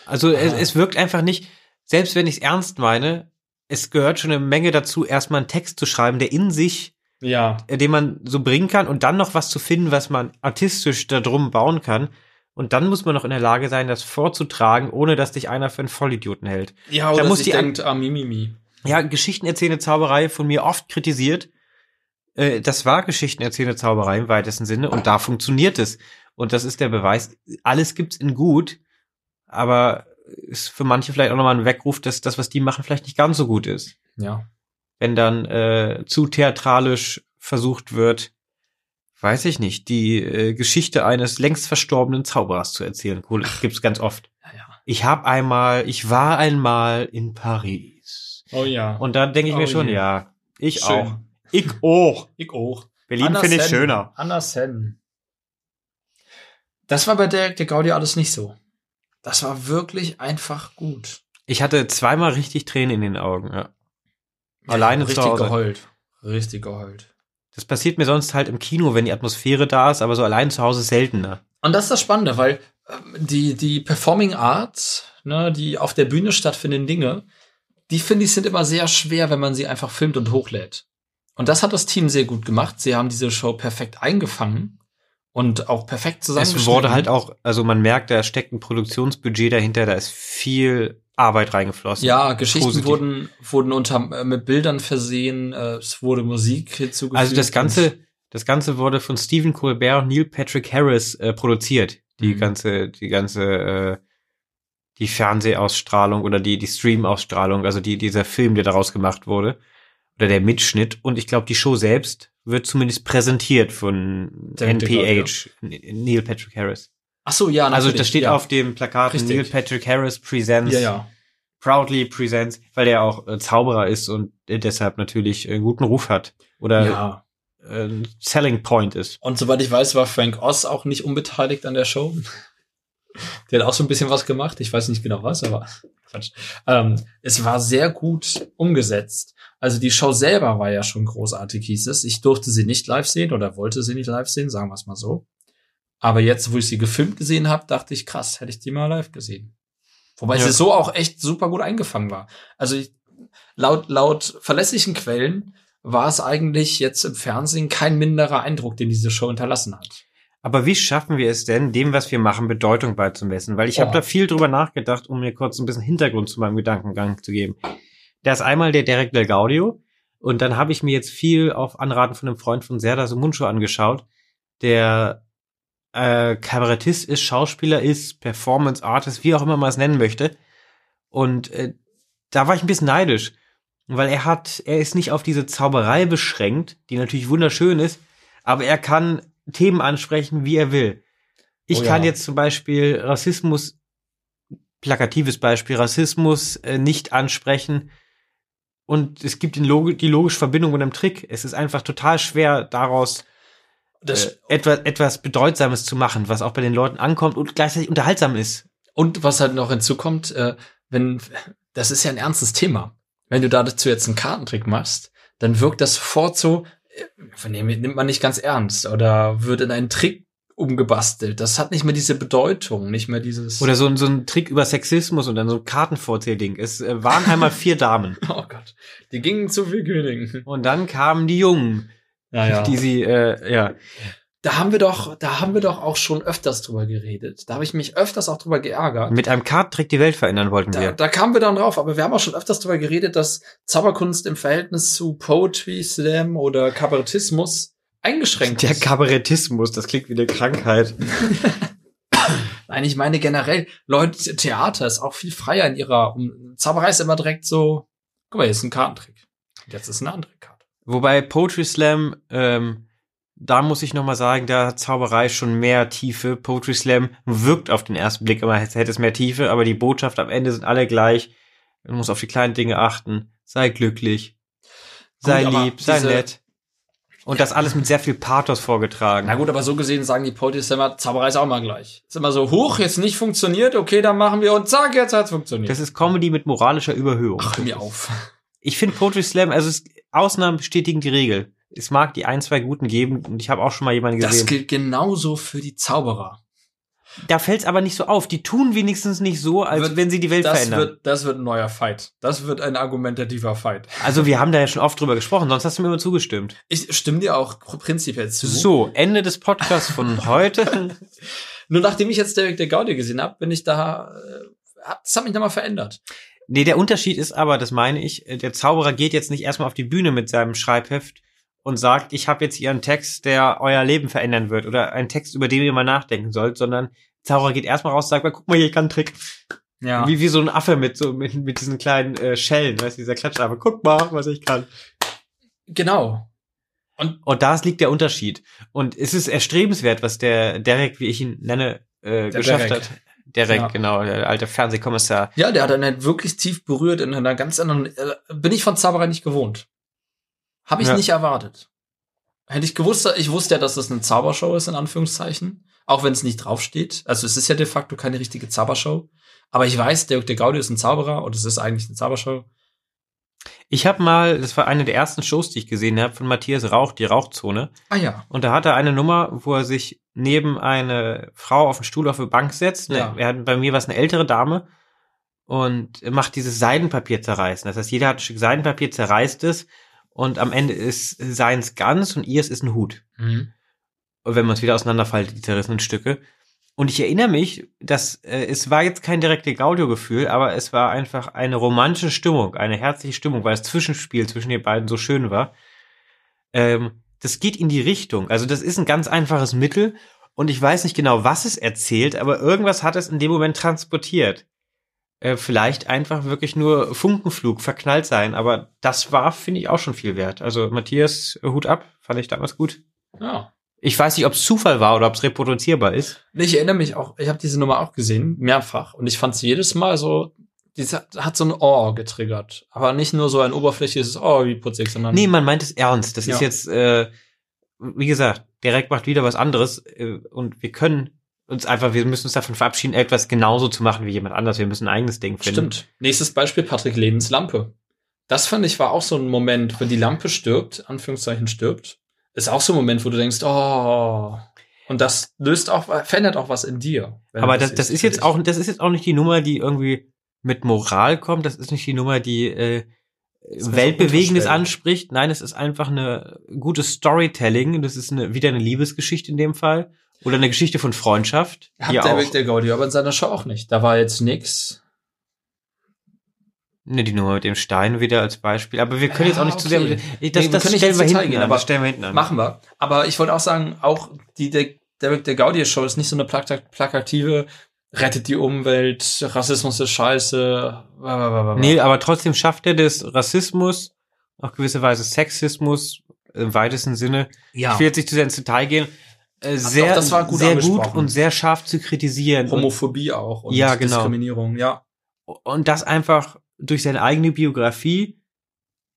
Speaker 1: Also es,
Speaker 2: Ah.
Speaker 1: es wirkt einfach nicht, selbst wenn ich es ernst meine, es gehört schon eine Menge dazu, erstmal einen Text zu schreiben, der in sich
Speaker 2: Ja.
Speaker 1: äh, den man so bringen kann und dann noch was zu finden, was man artistisch da drum bauen kann. Und dann muss man noch in der Lage sein, das vorzutragen, ohne dass dich einer für einen Vollidioten hält.
Speaker 2: Ja, oder
Speaker 1: muss
Speaker 2: sich
Speaker 1: die an-
Speaker 2: denkt, ah, Mimimi.
Speaker 1: Ja, geschichtenerzählende Zauberei von mir oft kritisiert. Äh, Das war geschichtenerzählende Zauberei im weitesten Sinne und da funktioniert es. Und das ist der Beweis, alles gibt's in gut, aber ist für manche vielleicht auch nochmal ein Weckruf, dass das, was die machen, vielleicht nicht ganz so gut ist.
Speaker 2: Ja.
Speaker 1: wenn dann äh, zu theatralisch versucht wird, weiß ich nicht, die äh, Geschichte eines längst verstorbenen Zauberers zu erzählen. Cool, das gibt's ganz oft.
Speaker 2: Ja, ja.
Speaker 1: Ich hab einmal, ich war einmal in Paris.
Speaker 2: Oh ja.
Speaker 1: Und da denke ich mir
Speaker 2: Oh
Speaker 1: schon,
Speaker 2: je.
Speaker 1: ja, ich
Speaker 2: Schön.
Speaker 1: auch. Ich auch.
Speaker 2: Ich auch.
Speaker 1: Berlin
Speaker 2: Anders
Speaker 1: finde ich
Speaker 2: Hen.
Speaker 1: schöner.
Speaker 2: Anders Hen. Das war bei Derek de Gaudio alles nicht so. Das war wirklich einfach gut.
Speaker 1: Ich hatte zweimal richtig Tränen in den Augen. Ja. Alleine
Speaker 2: richtig
Speaker 1: zu Hause.
Speaker 2: geheult. Richtig geheult.
Speaker 1: Das passiert mir sonst halt im Kino, wenn die Atmosphäre da ist, aber so allein zu Hause seltener.
Speaker 2: Und das ist das Spannende, weil ähm, die, die Performing Arts, ne, die auf der Bühne stattfindenden Dinge, die finde ich sind immer sehr schwer, wenn man sie einfach filmt und hochlädt. Und das hat das Team sehr gut gemacht. Sie haben diese Show perfekt eingefangen und auch perfekt
Speaker 1: Es
Speaker 2: zusammengeschnitten.
Speaker 1: wurde halt auch, also man merkt, da steckt ein Produktionsbudget dahinter, da ist viel Arbeit reingeflossen.
Speaker 2: Ja, Geschichten
Speaker 1: Positiv.
Speaker 2: wurden wurden unter äh, mit Bildern versehen. Äh, es wurde Musik hinzugefügt.
Speaker 1: Also das
Speaker 2: und-
Speaker 1: ganze, das ganze wurde von Stephen Colbert und Neil Patrick Harris äh, produziert. Die
Speaker 2: Mhm.
Speaker 1: ganze, die ganze, äh, die Fernsehausstrahlung oder die die Stream-Ausstrahlung, also die dieser Film, der daraus gemacht wurde oder der Mitschnitt. Und ich glaube, die Show selbst wird zumindest präsentiert von
Speaker 2: David
Speaker 1: NPH, Neil Patrick Harris.
Speaker 2: Ach so, ja.
Speaker 1: Also
Speaker 2: Ah, natürlich,
Speaker 1: das steht
Speaker 2: ja.
Speaker 1: auf dem Plakat
Speaker 2: Richtig.
Speaker 1: Neil Patrick Harris presents.
Speaker 2: Ja, ja.
Speaker 1: Proudly Presents, weil der auch äh, Zauberer ist und äh, deshalb natürlich äh, guten Ruf hat oder
Speaker 2: ja.
Speaker 1: äh, ein Selling Point ist.
Speaker 2: Und soweit ich weiß, war Frank Oz auch nicht unbeteiligt an der Show. Der hat auch so ein bisschen was gemacht. Ich weiß nicht genau was, aber Quatsch. Ähm, es war sehr gut umgesetzt. Also die Show selber war ja schon großartig, hieß es. Ich durfte sie nicht live sehen oder wollte sie nicht live sehen, sagen wir es mal so. Aber jetzt, wo ich sie gefilmt gesehen habe, dachte ich, krass, hätte ich die mal live gesehen. Wobei
Speaker 1: Ja.
Speaker 2: sie so auch echt super gut eingefangen war. Also ich, laut, laut verlässlichen Quellen war es eigentlich jetzt im Fernsehen kein minderer Eindruck, den diese Show hinterlassen hat.
Speaker 1: Aber wie schaffen wir es denn, dem, was wir machen, Bedeutung beizumessen? Weil ich habe
Speaker 2: Oh.
Speaker 1: da viel drüber nachgedacht, um mir kurz ein bisschen Hintergrund zu meinem Gedankengang zu geben. Da ist einmal der Derek Del Gaudio und dann habe ich mir jetzt viel auf Anraten von einem Freund von Serdar Sumuncho angeschaut, der äh, Kabarettist ist, Schauspieler ist, Performance Artist, wie auch immer man es nennen möchte. Und äh, da war ich ein bisschen neidisch, weil er hat, er ist nicht auf diese Zauberei beschränkt, die natürlich wunderschön ist, aber er kann Themen ansprechen, wie er will. Ich
Speaker 2: Oh ja.
Speaker 1: kann jetzt zum Beispiel Rassismus, plakatives Beispiel, Rassismus äh, nicht ansprechen. Und es gibt den Log die logische Verbindung mit einem Trick. Es ist einfach total schwer, daraus
Speaker 2: Das,
Speaker 1: äh, etwas, etwas Bedeutsames zu machen, was auch bei den Leuten ankommt und gleichzeitig unterhaltsam ist.
Speaker 2: Und was halt noch hinzukommt, äh, wenn, das ist ja ein ernstes Thema. Wenn du dazu jetzt einen Kartentrick machst, dann wirkt das sofort so, äh, nee, nimmt man nicht ganz ernst oder wird in einen Trick umgebastelt. Das hat nicht mehr diese Bedeutung, nicht mehr dieses.
Speaker 1: Oder so, ein- so ein Trick über Sexismus und dann so ein Kartenvorzählding. Es äh, waren einmal vier Damen.
Speaker 2: oh Gott, die gingen zu viel Königen.
Speaker 1: Und dann kamen die Jungen,
Speaker 2: Naja.
Speaker 1: die sie, äh, ja.
Speaker 2: da haben wir doch, da haben wir doch auch schon öfters drüber geredet. Da habe ich mich öfters auch drüber geärgert.
Speaker 1: Mit einem Kartentrick die Welt verändern wollten
Speaker 2: Da,
Speaker 1: wir.
Speaker 2: da kamen wir dann drauf, aber wir haben auch schon öfters darüber geredet, dass Zauberkunst im Verhältnis zu Poetry, Slam oder Kabarettismus eingeschränkt
Speaker 1: Der
Speaker 2: ist.
Speaker 1: Kabarettismus, das klingt wie eine Krankheit.
Speaker 2: Nein, ich meine generell, Leute, Theater ist auch viel freier in ihrer. Um, Zauberei ist immer direkt so, guck mal, jetzt ist ein Kartentrick. Und Jetzt ist eine andere Karte.
Speaker 1: Wobei Poetry Slam, ähm, da muss ich nochmal sagen, da hat Zauberei schon mehr Tiefe. Poetry Slam wirkt auf den ersten Blick immer, als hätte es mehr Tiefe, aber die Botschaft am Ende sind alle gleich. Man muss auf die kleinen Dinge achten. Sei glücklich. Sei
Speaker 2: Gut, aber
Speaker 1: lieb, sei
Speaker 2: diese-
Speaker 1: nett. Und das alles mit sehr viel Pathos vorgetragen.
Speaker 2: Na gut, aber so gesehen sagen die Poetry immer, Zauberei ist auch mal gleich. Ist immer so, hoch, jetzt nicht funktioniert, okay, dann machen wir und zack, jetzt hat's funktioniert.
Speaker 1: Das ist Comedy mit moralischer Überhöhung.
Speaker 2: Ach, hör mir auf.
Speaker 1: Ich finde Poetry Slam, also es, Ausnahmen bestätigen die Regel. Es mag die ein, zwei guten geben und ich habe auch schon mal jemanden gesehen.
Speaker 2: Das gilt genauso für die Zauberer.
Speaker 1: Da fällt es aber nicht so auf. Die tun wenigstens nicht so, als
Speaker 2: Wird-
Speaker 1: wenn sie die Welt
Speaker 2: Das
Speaker 1: verändern.
Speaker 2: wird, das wird ein neuer Fight. Das wird ein argumentativer Fight.
Speaker 1: also wir haben da ja schon oft drüber gesprochen, sonst hast du mir immer zugestimmt.
Speaker 2: Ich stimme dir auch prinzipiell zu.
Speaker 1: So, Ende des Podcasts von heute.
Speaker 2: Nur nachdem ich jetzt Derek der Gaudi gesehen habe, bin ich da. äh, hab- Das hat mich nochmal verändert.
Speaker 1: nee, der Unterschied ist aber, das meine ich, äh, der Zauberer geht jetzt nicht erstmal auf die Bühne mit seinem Schreibheft und sagt, ich habe jetzt hier einen Text, der euer Leben verändern wird oder einen Text, über den ihr mal nachdenken sollt, sondern Zauberer geht erstmal raus und sagt, guck mal hier, ich kann einen Trick.
Speaker 2: Ja.
Speaker 1: Wie, wie so ein Affe mit so mit, mit diesen kleinen äh, Schellen, weißt du, dieser Klatschaffe. Guck mal, was ich kann.
Speaker 2: Genau.
Speaker 1: Und da liegt der Unterschied. Und es ist erstrebenswert, was der Derek, wie ich ihn nenne, äh,
Speaker 2: Der
Speaker 1: geschafft
Speaker 2: Derek.
Speaker 1: hat. Derek,
Speaker 2: Ja.
Speaker 1: genau, der alte Fernsehkommissar.
Speaker 2: Ja, der hat einen halt wirklich tief berührt in einer ganz anderen. Äh, bin ich von Zauberer nicht gewohnt. Habe ich
Speaker 1: Ja.
Speaker 2: nicht erwartet. Hätte ich gewusst, ich wusste ja, dass das eine Zaubershow ist, in Anführungszeichen. Auch wenn es nicht draufsteht. Also es ist ja de facto keine richtige Zaubershow. Aber ich weiß, Dirk der Gaudi ist ein Zauberer und es ist eigentlich eine Zaubershow.
Speaker 1: Ich habe mal, das war eine der ersten Shows, die ich gesehen habe, von Matthias Rauch, die Rauchzone.
Speaker 2: Ah ja.
Speaker 1: Und da hat er eine Nummer, wo er sich neben eine Frau auf den Stuhl auf eine Bank setzt.
Speaker 2: Ja.
Speaker 1: Er hat, bei mir war es eine ältere Dame und macht dieses Seidenpapier zerreißen. Das heißt, jeder hat ein Stück Seidenpapier, zerreißt es und am Ende ist seins ganz und ihrs ist ein Hut.
Speaker 2: Mhm.
Speaker 1: wenn man es wieder auseinanderfaltet, die zerrissenen Stücke. Und ich erinnere mich, dass äh, es war jetzt kein direkte Gaudio-Gefühl, aber es war einfach eine romantische Stimmung, eine herzliche Stimmung, weil das Zwischenspiel zwischen den beiden so schön war. Ähm, das geht in die Richtung. Also das ist ein ganz einfaches Mittel und ich weiß nicht genau, was es erzählt, aber irgendwas hat es in dem Moment transportiert. Äh, vielleicht einfach wirklich nur Funkenflug, verknallt sein, aber das war, finde ich, auch schon viel wert. Also Matthias, äh, Hut ab, fand ich damals gut.
Speaker 2: Ja.
Speaker 1: Ich weiß nicht, ob es Zufall war oder ob es reproduzierbar ist.
Speaker 2: Ich erinnere mich auch, ich habe diese Nummer auch gesehen, mehrfach. Und ich fand sie jedes Mal so, die hat hat so ein Oh getriggert. Aber nicht nur so ein oberflächliches Oh wie putzig, sondern.
Speaker 1: Nee, man meint es ernst. Das ist
Speaker 2: Ja.
Speaker 1: jetzt, äh, wie gesagt, direkt macht wieder was anderes äh, und wir können uns einfach, wir müssen uns davon verabschieden, etwas genauso zu machen wie jemand anders. Wir müssen ein eigenes Ding finden.
Speaker 2: Stimmt. Nächstes Beispiel, Patrick Lebens Lampe. Das fand ich war auch so ein Moment, wenn die Lampe stirbt, Anführungszeichen stirbt, ist auch so ein Moment, wo du denkst, oh. Und das löst auch, verändert auch was in dir. wenn
Speaker 1: Aber
Speaker 2: du
Speaker 1: das, das
Speaker 2: siehst,
Speaker 1: ist jetzt
Speaker 2: finde ich.
Speaker 1: auch, das ist jetzt auch nicht die Nummer, die irgendwie mit Moral kommt. Das ist nicht die Nummer, die äh,
Speaker 2: ist mir
Speaker 1: Weltbewegendes
Speaker 2: unterstellt.
Speaker 1: anspricht. Nein, es ist einfach eine gute Storytelling. Das ist eine, wieder eine Liebesgeschichte in dem Fall. Oder eine Geschichte von Freundschaft.
Speaker 2: Hat
Speaker 1: die
Speaker 2: der
Speaker 1: auch-
Speaker 2: Weg der Gaudi, aber in seiner Show auch nicht. Da war jetzt nix.
Speaker 1: Ne, die Nummer mit dem Stein wieder als Beispiel. Aber wir können
Speaker 2: Ja,
Speaker 1: jetzt auch nicht zu
Speaker 2: Ah, okay.
Speaker 1: sehr.
Speaker 2: Nee, wir
Speaker 1: Das, das
Speaker 2: können nicht
Speaker 1: stellen
Speaker 2: ins
Speaker 1: wir
Speaker 2: Detail
Speaker 1: hinten
Speaker 2: gehen,
Speaker 1: an.
Speaker 2: aber
Speaker 1: Das stellen wir hinten an.
Speaker 2: Machen wir. Aber ich wollte auch sagen, auch die, der der, der Gaudier-Show ist nicht so eine plak plakative, rettet die Umwelt, Rassismus ist scheiße. blablabla.
Speaker 1: Nee, aber trotzdem schafft er das Rassismus, auf gewisse Weise Sexismus im weitesten Sinne.
Speaker 3: Ja.
Speaker 1: Ich will jetzt nicht zu sehr ins Detail gehen. Äh, sehr,
Speaker 2: das war gut
Speaker 1: sehr gut
Speaker 2: angesprochen.
Speaker 1: und sehr scharf zu kritisieren. Und,
Speaker 2: Homophobie auch und
Speaker 1: Ja, genau.
Speaker 2: Diskriminierung, ja.
Speaker 1: und das einfach durch seine eigene Biografie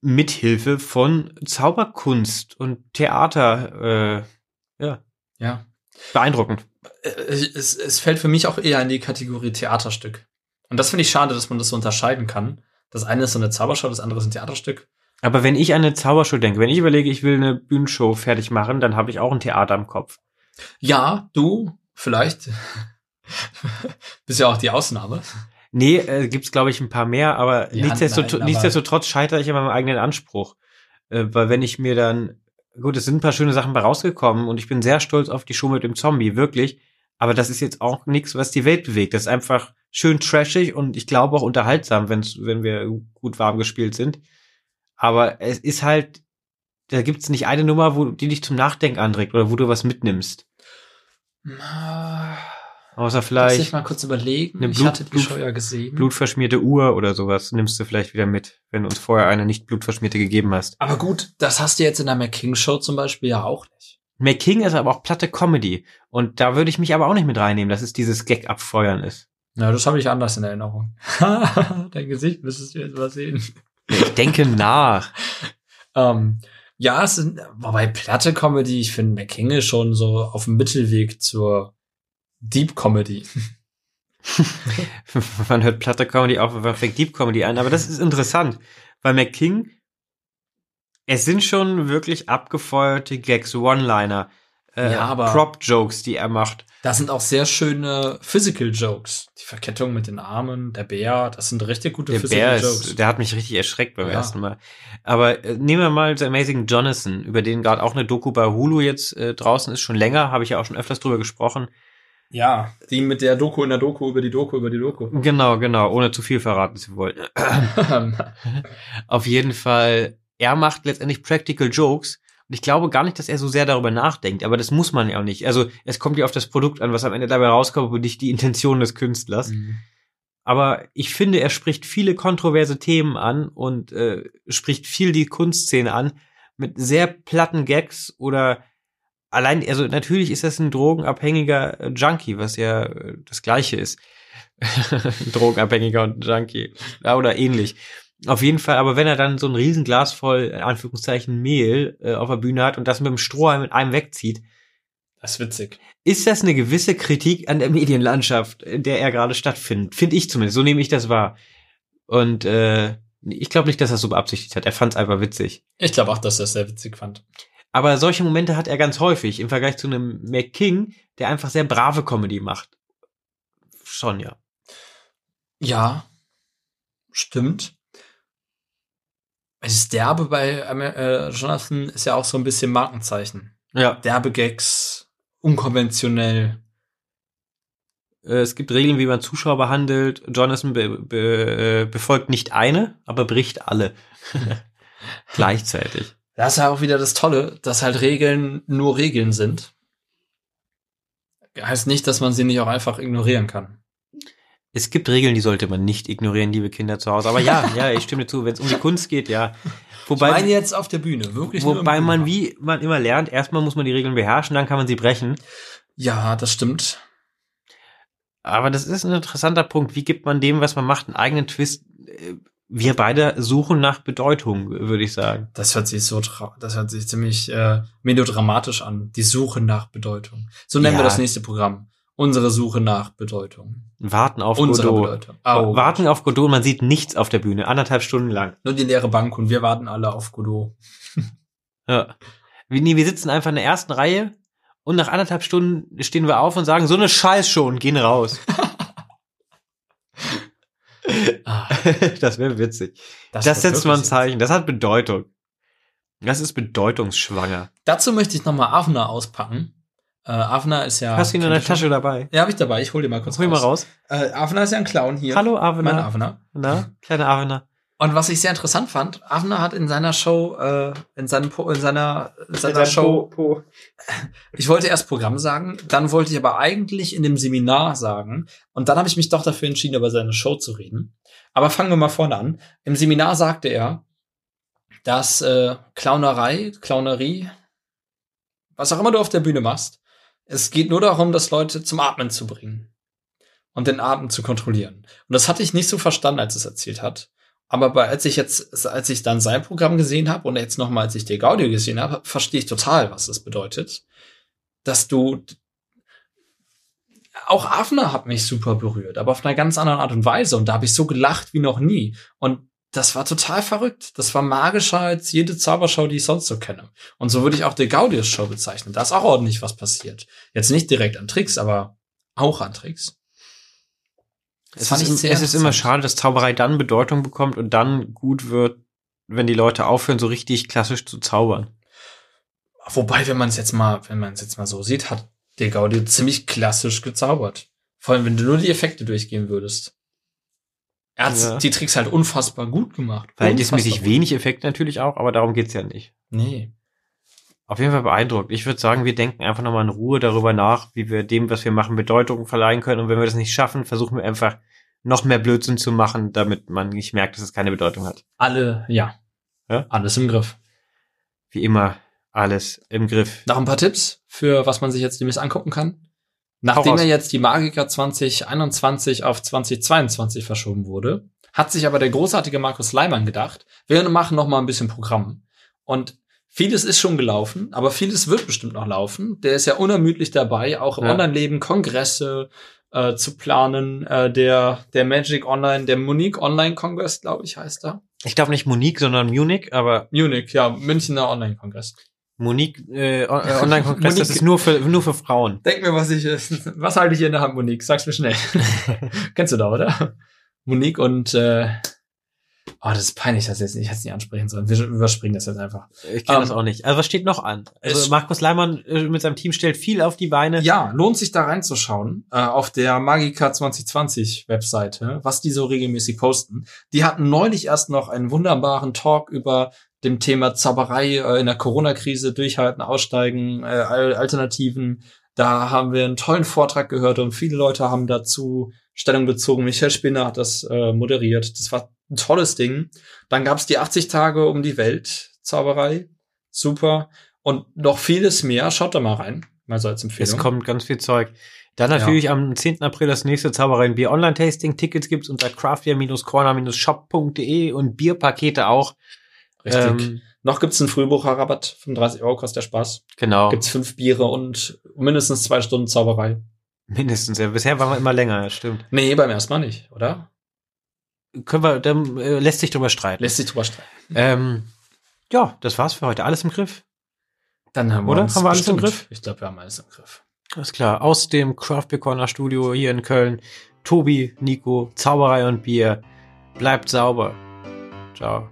Speaker 1: mithilfe von Zauberkunst und Theater äh, ja,
Speaker 2: Ja.
Speaker 1: beeindruckend.
Speaker 2: Äh, Es, es fällt für mich auch eher in die Kategorie Theaterstück. Und das finde ich schade, dass man das so unterscheiden kann. Das eine ist so eine Zaubershow, das andere ist ein Theaterstück.
Speaker 1: Aber wenn ich an eine Zaubershow denke, wenn ich überlege, ich will eine Bühnenshow fertig machen, dann habe ich auch ein Theater im Kopf.
Speaker 2: Ja, du, vielleicht. Bist ja auch die Ausnahme.
Speaker 1: Nee, äh, gibt's glaube ich ein paar mehr, aber,
Speaker 2: Ja,
Speaker 1: nichtsdestot
Speaker 2: nein, aber-
Speaker 1: nichtsdestotrotz scheitere ich an meinem eigenen Anspruch. Äh, weil wenn ich mir dann, gut, es sind ein paar schöne Sachen bei rausgekommen und ich bin sehr stolz auf die Show mit dem Zombie, wirklich. Aber das ist jetzt auch nichts, was die Welt bewegt. Das ist einfach schön trashig und ich glaube auch unterhaltsam, wenn's, wenn wir gut warm gespielt sind. Aber es ist halt, da gibt's nicht eine Nummer, wo, die dich zum Nachdenken anregt oder wo du was mitnimmst. Außer
Speaker 2: Lass
Speaker 1: vielleicht
Speaker 2: ich mal kurz überlegen.
Speaker 1: Eine
Speaker 2: ich
Speaker 1: Blut-
Speaker 2: hatte die
Speaker 1: Blut-
Speaker 2: Show ja gesehen.
Speaker 1: blutverschmierte Uhr oder sowas nimmst du vielleicht wieder mit, wenn du uns vorher eine nicht blutverschmierte gegeben hast.
Speaker 2: Aber gut, das hast du jetzt in der McKing-Show zum Beispiel ja auch nicht.
Speaker 1: McKing ist aber auch platte Comedy. Und da würde ich mich aber auch nicht mit reinnehmen, dass es dieses Gag abfeuern ist.
Speaker 2: Na, das habe ich anders in Erinnerung. Dein Gesicht müsstest du jetzt mal sehen.
Speaker 1: Ich denke nach.
Speaker 2: Ähm, ja, es sind, wobei Platte Comedy, ich finde McKing ist schon so auf dem Mittelweg zur Deep Comedy.
Speaker 1: Man hört platte Comedy auf und man fängt Deep Comedy an. Aber das ist interessant, weil McKing, es sind schon wirklich abgefeuerte Gags, One-Liner, äh,
Speaker 2: Ja, aber-
Speaker 1: Prop-Jokes, die er macht.
Speaker 2: Da sind auch sehr schöne Physical Jokes. Die Verkettung mit den Armen, der Bär, das sind richtig gute
Speaker 1: Der
Speaker 2: Physical
Speaker 1: Bär
Speaker 2: Jokes.
Speaker 1: ist, der hat mich richtig erschreckt beim
Speaker 2: Ja.
Speaker 1: ersten Mal. Aber äh, nehmen wir mal The Amazing Jonathan, über den gerade auch eine Doku bei Hulu jetzt äh, draußen ist, schon länger, habe ich ja auch schon öfters drüber gesprochen.
Speaker 2: ja, die mit der Doku in der Doku über die Doku über die Doku.
Speaker 1: Genau, genau, ohne zu viel verraten zu wollen.
Speaker 2: Mhm.
Speaker 1: Auf jeden Fall, er macht letztendlich Practical Jokes. Und ich glaube gar nicht, dass er so sehr darüber nachdenkt, aber das muss man ja auch nicht. Also es kommt ja auf das Produkt an, was am Ende dabei rauskommt und nicht die Intention des Künstlers. Aber ich finde, er spricht viele kontroverse Themen an und äh, spricht viel die Kunstszene an mit sehr platten Gags oder allein, also natürlich ist das ein drogenabhängiger äh, Junkie, was ja äh, das gleiche ist. drogenabhängiger und Junkie ja, oder ähnlich. Auf jeden Fall, aber wenn er dann so ein Riesenglas voll, in Anführungszeichen, Mehl äh, auf der Bühne hat und das mit dem Strohhalm in einem wegzieht,
Speaker 2: Das ist witzig.
Speaker 1: ist das eine gewisse Kritik an der Medienlandschaft, in der er gerade stattfindet? Finde ich zumindest. So nehme ich das wahr. Und äh, ich glaube nicht, dass er es so beabsichtigt hat. Er fand es einfach witzig.
Speaker 2: Ich glaube auch, dass er es sehr witzig fand.
Speaker 1: Aber solche Momente hat er ganz häufig im Vergleich zu einem McKing, der einfach sehr brave Comedy macht. Schon, ja.
Speaker 2: Ja, stimmt. Das Derbe bei äh, Jonathan ist ja auch so ein bisschen Markenzeichen.
Speaker 1: Ja.
Speaker 2: derbe Gags, unkonventionell.
Speaker 1: Äh, Es gibt Regeln, wie man Zuschauer behandelt. Jonathan be be äh, befolgt nicht eine, aber bricht alle. Gleichzeitig.
Speaker 2: Das ist ja auch wieder das Tolle, dass halt Regeln nur Regeln sind. Heißt nicht, dass man sie nicht auch einfach ignorieren kann.
Speaker 1: Es gibt Regeln, die sollte man nicht ignorieren, liebe Kinder zu Hause. Aber ja, ja, ich stimme dir zu, wenn es um die Kunst geht, ja.
Speaker 2: Bei
Speaker 1: Wobei,
Speaker 2: meine jetzt auf der Bühne, wirklich. nur im
Speaker 1: wobei man,
Speaker 2: Bühnenraum.
Speaker 1: wie man immer lernt, erstmal muss man die Regeln beherrschen, dann kann man sie brechen.
Speaker 2: Ja, das stimmt.
Speaker 1: Aber das ist ein interessanter Punkt. Wie gibt man dem, was man macht, einen eigenen Twist? Äh, Wir beide suchen nach Bedeutung, würde ich sagen.
Speaker 2: Das hört sich so, tra- das hört sich ziemlich äh, melodramatisch an. Die Suche nach Bedeutung. So nennen wir
Speaker 1: Ja.
Speaker 2: das nächste Programm. Unsere Suche nach Bedeutung.
Speaker 1: Warten auf
Speaker 2: Unsere
Speaker 1: Godot.
Speaker 2: Bedeutung. Ah, oh.
Speaker 1: Warten auf Godot, man sieht nichts auf der Bühne, anderthalb Stunden lang.
Speaker 2: Nur die leere Bank und wir warten alle auf Godot.
Speaker 1: Ja. Wir, nee, wir sitzen einfach in der ersten Reihe und nach anderthalb Stunden stehen wir auf und sagen, so eine Scheißshow und gehen raus.
Speaker 2: Ah,
Speaker 1: das wäre witzig. Das,
Speaker 2: wird
Speaker 1: setzt mal ein
Speaker 2: wirklich-
Speaker 1: Zeichen. Das hat Bedeutung. Das ist bedeutungsschwanger.
Speaker 2: Dazu möchte ich nochmal Avna auspacken. Äh, Avna ist ja.
Speaker 1: Hast du ihn in der Tasche dabei?
Speaker 2: Ja, habe ich dabei. Ich hole dir mal kurz
Speaker 1: Hol ihn mal raus.
Speaker 2: Äh, Avna ist ja ein Clown hier.
Speaker 1: Hallo
Speaker 2: Mein
Speaker 1: Avena.
Speaker 2: Avna.
Speaker 1: Na, kleine Avena.
Speaker 2: Und was ich sehr interessant fand, Avner hat in seiner Show, äh, in, seinem po, in seiner, in seiner Show, ich wollte erst Programm sagen, dann wollte ich aber eigentlich in dem Seminar sagen. Und dann habe ich mich doch dafür entschieden, über seine Show zu reden. Aber fangen wir mal vorne an. Im Seminar sagte er, dass äh, Clownerei, Clownerie, was auch immer du auf der Bühne machst, es geht nur darum, das Leute zum Atmen zu bringen und den Atem zu kontrollieren. Und das hatte ich nicht so verstanden, als es erzählt hat. Aber bei, als ich jetzt, als ich dann sein Programm gesehen habe und jetzt nochmal, als ich die Gaudio gesehen habe, verstehe ich total, was das bedeutet. Dass du auch Afner hat mich super berührt, aber auf einer ganz anderen Art und Weise. Und da habe ich so gelacht wie noch nie. Und das war total verrückt. Das war magischer als jede Zaubershow, die ich sonst so kenne. Und so würde ich auch die Gaudius Show bezeichnen. Da ist auch ordentlich was passiert. Jetzt nicht direkt an Tricks, aber auch an Tricks. Das
Speaker 1: Es
Speaker 2: fand ich
Speaker 1: ist,
Speaker 2: sehr
Speaker 1: es ist immer
Speaker 2: interessant.
Speaker 1: schade, dass Zauberei dann Bedeutung bekommt und dann gut wird, wenn die Leute aufhören, so richtig klassisch zu zaubern.
Speaker 2: Wobei, wenn man es jetzt mal, wenn man es jetzt mal so sieht, hat der Gaudio ziemlich klassisch gezaubert. Vor allem, wenn du nur die Effekte durchgehen würdest. Er hat
Speaker 1: Ja.
Speaker 2: die Tricks halt unfassbar gut gemacht.
Speaker 1: Verhältnismäßig
Speaker 2: Unfassbar
Speaker 1: wenig Effekt natürlich auch, aber darum geht's ja nicht.
Speaker 2: gut. Nee.
Speaker 1: Auf jeden Fall beeindruckt. Ich würde sagen, wir denken einfach nochmal in Ruhe darüber nach, wie wir dem, was wir machen, Bedeutung verleihen können. Und wenn wir das nicht schaffen, versuchen wir einfach noch mehr Blödsinn zu machen, damit man nicht merkt, dass es keine Bedeutung hat.
Speaker 2: Alle, ja.
Speaker 1: Ja?
Speaker 2: Alles im Griff.
Speaker 1: Wie immer, alles im Griff.
Speaker 2: Noch ein paar Tipps für was man sich jetzt demnächst angucken kann. Nachdem
Speaker 1: raus.
Speaker 2: ja jetzt die Magica 2021 auf 2022 verschoben wurde, hat sich aber der großartige Markus Leimann gedacht, wir machen noch mal ein bisschen Programm. Und vieles ist schon gelaufen, aber vieles wird bestimmt noch laufen. Der ist ja unermüdlich dabei, auch im
Speaker 1: Ja.
Speaker 2: Online-Leben Kongresse äh, zu planen. Äh, der, der Magic Online, der Munich Online Kongress, glaube ich, heißt er.
Speaker 1: Ich glaube nicht Monique, sondern Munich, aber
Speaker 2: Munich, ja, Münchner Online Kongress.
Speaker 1: Monique äh, O- äh, Online-Kongress, das
Speaker 2: Monique.
Speaker 1: ist nur für, nur für Frauen.
Speaker 2: Denk mir, was ich, äh, was halte ich hier in der Hand, Monique? Sag's mir schnell. Kennst du da, oder? Monique und, äh, oh, das ist peinlich, dass jetzt nicht, ich hätte es nicht ansprechen sollen. Wir überspringen das jetzt einfach.
Speaker 1: Ich kenne
Speaker 2: Ähm,
Speaker 1: das auch nicht. Also was steht noch an?
Speaker 2: es-
Speaker 1: Also Markus Leimann äh, mit seinem Team stellt viel auf die Beine.
Speaker 2: Ja, lohnt sich da reinzuschauen, äh, auf der Magica 2020 Webseite, was die so regelmäßig posten. Die hatten neulich erst noch einen wunderbaren Talk über dem Thema Zauberei äh, in der Corona-Krise, durchhalten, aussteigen, äh, Al- Alternativen. Da haben wir einen tollen Vortrag gehört und viele Leute haben dazu Stellung bezogen. Michael Spinner hat das äh, moderiert. Das war ein tolles Ding. Dann gab es die 80 Tage um die Welt Zauberei. Super. Und noch vieles mehr. Schaut da mal rein. Mal so als Empfehlung.
Speaker 1: Es kommt ganz viel Zeug. Dann natürlich am 10. April das nächste Zaubereien Bier Online Tasting. Tickets gibt's unter craftier-corner-shop.de und Bierpakete auch.
Speaker 2: Richtig.
Speaker 1: Ähm,
Speaker 2: Noch gibt's einen Frühbucherrabatt. 35 Euro kostet der Spaß.
Speaker 1: genau.
Speaker 2: Gibt's fünf Biere und mindestens zwei Stunden Zauberei.
Speaker 1: Mindestens. Ja. Bisher waren wir immer länger, ja, stimmt.
Speaker 2: Nee, beim ersten Mal nicht, oder?
Speaker 1: Können wir, dann äh, lässt sich drüber streiten.
Speaker 2: Lässt sich drüber streiten.
Speaker 1: Ähm, ja, das war's für heute. Alles im Griff.
Speaker 2: Dann haben
Speaker 1: Oder? Haben wir alles im Griff?
Speaker 2: Ich glaube, wir haben alles im Griff.
Speaker 1: Alles klar. Aus dem Craft Beer Corner Studio hier in Köln. Tobi, Nico, Zauberei und Bier. Bleibt sauber. Ciao.